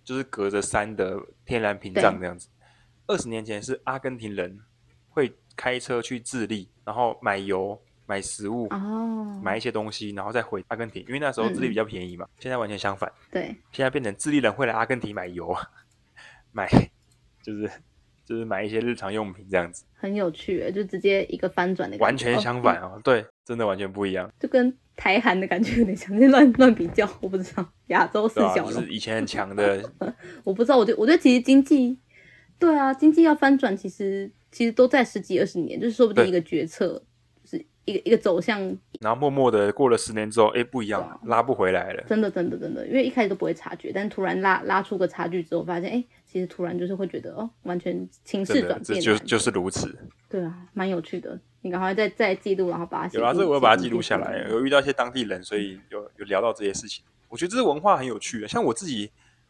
B: 就是隔着山的天然屏障这样子。二十年前是阿根廷人会开车去智利，然后买油、买食物、
A: 哦，嗯
B: 买一些东西，然后再回阿根廷，因为那时候智利比较便宜嘛。现在完全相反，
A: 对，
B: 现在变成智利人会来阿根廷买油， 买就是就是买一些日常用品这样子，
A: 很有趣耶，就直接一个翻转的感觉，
B: 完全相反
A: 哦
B: 哦。对，真的完全不一样，
A: 就跟台韩的感觉有点像，就乱乱比较，我不知道亚洲四
B: 对吧、啊
A: 小
B: 就
A: 龙，
B: 是以前很强的，
A: 我不知道，我觉我觉得其实经济，对啊，经济要翻转，其实其实都在十几二十年，就是说不定
B: 对
A: 一个决策，就是一个一个走向，
B: 然后默默的过了十年之后，哎，不一样
A: 对啊
B: 了，拉不回来了。
A: 真的真的真的，因为一开始都不会察觉，但突然拉拉出个差距之后，发现哎、诶其实突然就是会觉得哦，完全情势
B: 真的
A: 转，变
B: 这
A: 的
B: 就
A: 感觉
B: 就是如此。
A: 对啊，蛮有趣的。你赶快再再记录，然后把它写
B: 有啊，
A: 进
B: 这个我要把它
A: 进嗯
B: 记录下来。
A: 进
B: 有遇到一些当地人，所以有有聊到这些事情。我觉得这是文化很有趣啊的。像我自己，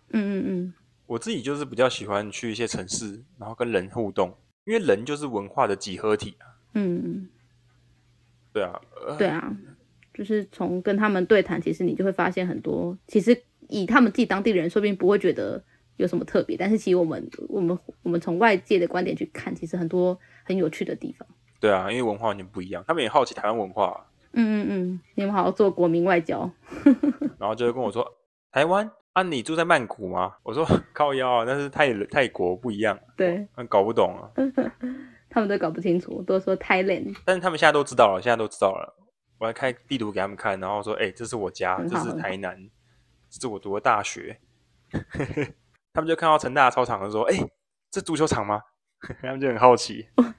A: 嗯嗯嗯，
B: 我自己就是比较喜欢去一些城市，然后跟人互动，因为人就是文化的几何体啊。
A: 嗯，
B: 对啊，呃，
A: 对啊，就是从跟他们对谈，其实你就会发现很多，其实以他们自己当地人，说不定不会觉得有什么特别，但是其实我们我们我们从外界的观点去看，其实很多很有趣的地方。
B: 对啊，因为文化完全不一样。他们也好奇台湾文化啊，
A: 嗯嗯嗯，你们好好做国民外交，
B: 然后就会跟我说：“台湾啊，你住在曼谷吗？”我说：“ 靠腰啊，但是泰泰国不一样，
A: 对
B: 嗯，搞不懂啊。
A: 他们都搞不清楚，都说 Thailand，”
B: 但是他们现在都知道了，现在都知道了。我还开地图给他们看，然后说：“哎、这是我家，
A: 很
B: 这
A: 好
B: 是
A: 很好
B: 台南，这是我读的大学。” 他们就看到成大操场就说：“哎、这足球场吗？” 他们就很好奇。
A: 哦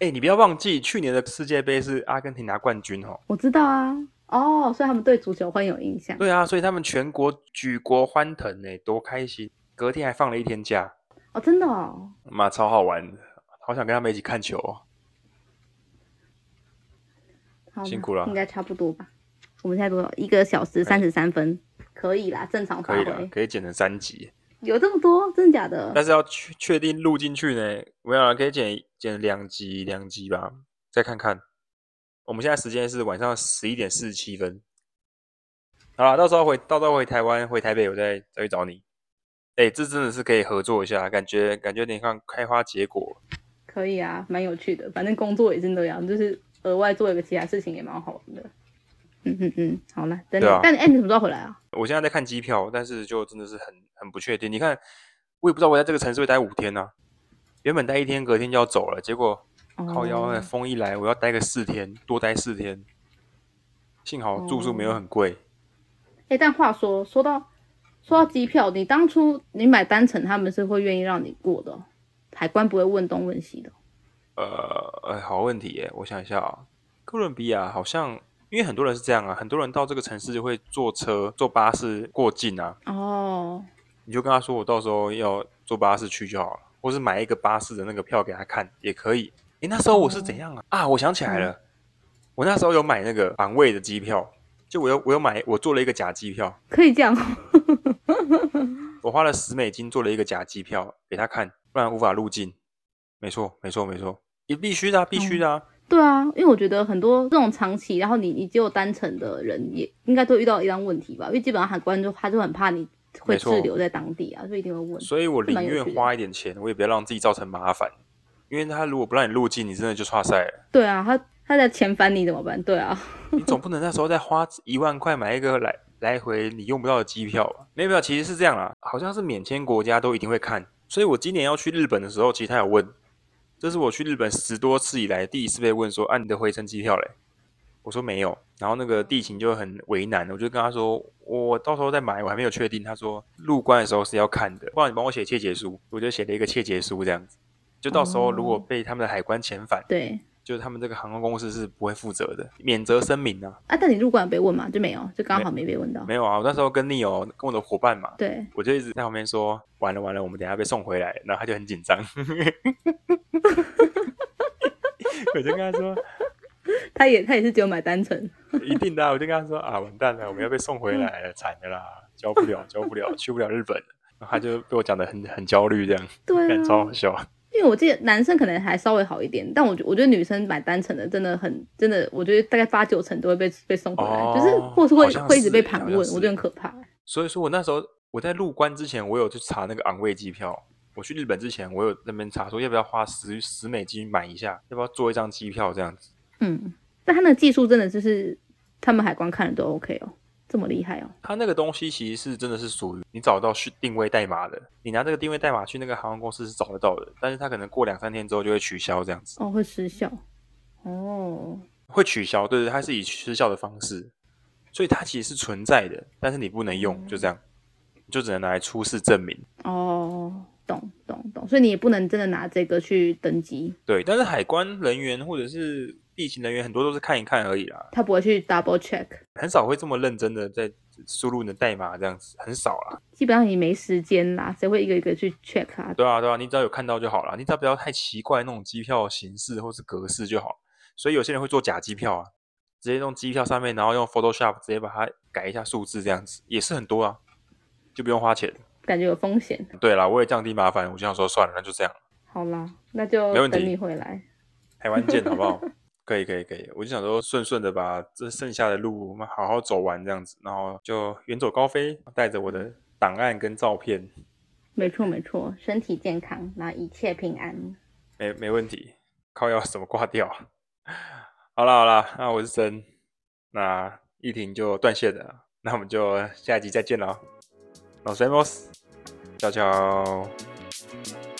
B: 哎、你不要忘记，去年的世界杯是阿根廷拿冠军哦。
A: 我知道啊。哦，所以他们对足球会有印象。
B: 对啊，所以他们全国举国欢腾呢，多开心！隔天还放了一天假，
A: 哦，真的哦。
B: 妈超好玩的，好想跟他们一起看球、哦。
A: 好
B: 辛
A: 吧
B: 苦了
A: 应该差不多吧。我们现在多少？一个小时三十三分，哎可以啦，哎正常发
B: 可以了
A: 挥，。
B: 可以剪成三集，
A: 有这么多，真的假的？
B: 但是要确确定录进去呢，没有啊，可以剪剪两集两集吧，再看看。我们现在时间是晚上十一点四十七分。好啦，到时候回到时候回台湾回台北，我再再去找你。哎、这真的是可以合作一下，感觉感觉有点像开花结果。
A: 可以啊，蛮有趣的。反正工作也是那样，就是额外做一个其他事情也蛮好玩的。嗯嗯嗯，好了，等你。
B: 对啊
A: 但哎、你什么时候回来啊？
B: 我现在在看机票，但是就真的是很很不确定。你看，我也不知道我在这个城市会待五天呢、啊原本待一天，隔天就要走了，结果靠腰哎，
A: 哦，
B: 风一来，我要待个四天，多待四天。幸好住宿没有很贵，
A: 哎、但话说，说到说到机票，你当初你买单程，他们是会愿意让你过的哦、海关不会问东问西的哦。
B: 呃，哎，好问题耶，我想一下啊，哥伦比亚好像因为很多人是这样啊，很多人到这个城市就会坐车、坐巴士过境啊，
A: 哦，
B: 你就跟他说我到时候要坐巴士去就好了，或是买一个巴士的那个票给他看也可以。诶，那时候我是
A: 哦
B: 怎样啊？啊，我想起来
A: 嗯
B: 了，我那时候有买那个访位的机票，就我有我有买，我做了一个假机票，
A: 可以这样哦。
B: 我花了十美金做了一个假机票给他看，不然无法入境。没错，没错，没错，也必须的、啊，必须的、啊。
A: 对啊，因为我觉得很多这种长期，然后你你只有单程的人，也应该都遇到一样问题吧？因为基本上海关就他就很怕你会
B: 没错
A: 滞留在当地啊，所以一定会问。
B: 所以我
A: 这蛮
B: 宁
A: 有
B: 愿
A: 趣的
B: 花一点钱，我也不要让自己造成麻烦，因为他如果不让你入境，你真的就差赛了。
A: 对啊，他他在遣返你怎么办？对啊，
B: 你总不能那时候再花一万块买一个来来回你用不到的机票吧？没有没有，其实是这样啦，好像是免签国家都一定会看，所以我今年要去日本的时候，其实他有问，这是我去日本十多次以来第一次被问说，啊你的回程机票嘞？我说没有，然后那个地勤就很为难，我就跟他说我到时候再买，我还没有确定。他说入关的时候是要看的，不然你帮我写切结书，我就写了一个切结书这样子，就到时候如果被他们的海关遣返，
A: 对
B: 就是他们这个航空公司是不会负责的，免责声明啊。
A: 啊，但你入关有被问吗？就没有，就刚好没被问到。
B: 没有啊，我那时候跟你有跟我的伙伴嘛，
A: 对，
B: 我就一直在旁边说，完了完了，我们等一下被送回来，然后他就很紧张， 我就跟他说，
A: 他也他也是只有买单程，
B: 一定的啊、我就跟他说啊，完蛋了，我们要被送回来了，惨的啦，交不了，交不了，去不了日本了，然后他就被我讲的很很焦虑，这样，
A: 对
B: 感超
A: 啊
B: 好，笑，
A: 因为我记得男生可能还稍微好一点，但我觉我觉得女生买单程的真的很真的，我觉得大概八九成都会被被送回来，
B: 哦
A: 就是或是会
B: 好像
A: 会一直
B: 是
A: 被
B: 好
A: 盘
B: 像
A: 问，我
B: 是
A: 觉得很可怕。
B: 所以说我那时候我在入关之前，我有去查那个昂贵机票。我去日本之前，我有那边查说要不要花十十美金买一下，要不要做一张机票这样子。
A: 嗯，但他那个技术真的就是他们海关看的都 OK 哦，这么厉害哦。
B: 它那个东西其实是真的是属于你找到是定位代码的，你拿这个定位代码去那个航空公司是找得到的，但是它可能过两三天之后就会取消这样子，
A: 哦，会失效。哦，
B: 会取消，对对，它是以失效的方式，所以它其实是存在的，但是你不能用，就这样，你就只能拿来出示证明。
A: 哦，懂懂懂，所以你也不能真的拿这个去登机，
B: 对，但是海关人员或者是地勤人员很多都是看一看而已啦，
A: 他不会去 double check。
B: 很少会这么认真的在输入你的代码这样子，很少啦。
A: 基本上你没时间啦，谁会一个一个去 check 啊？
B: 对啊，对啊，你只要有看到就好了，你只要不要太奇怪那种机票形式或是格式就好。所以有些人会做假机票啊，直接用机票上面，然后用 Photoshop 直接把它改一下数字，这样子也是很多啊，就不用花钱。
A: 感觉有风险。
B: 对啦，为了降低麻烦，我就想说算了，那就这样，
A: 好啦，那就
B: 没问题
A: 等你回来。
B: 台湾见，好不 好？可以，可以，可以。我就想说顺顺的把这剩下的路我们好好走完这样子，然后就远走高飞，带着我的档案跟照片，
A: 没错没错，身体健康，然后一切平安。
B: 没没问题，靠要什么挂掉？ 好啦好啦，那我是真，那一婷就断线了，那我们就下一集再见了。老 s vemos，ciao ciao。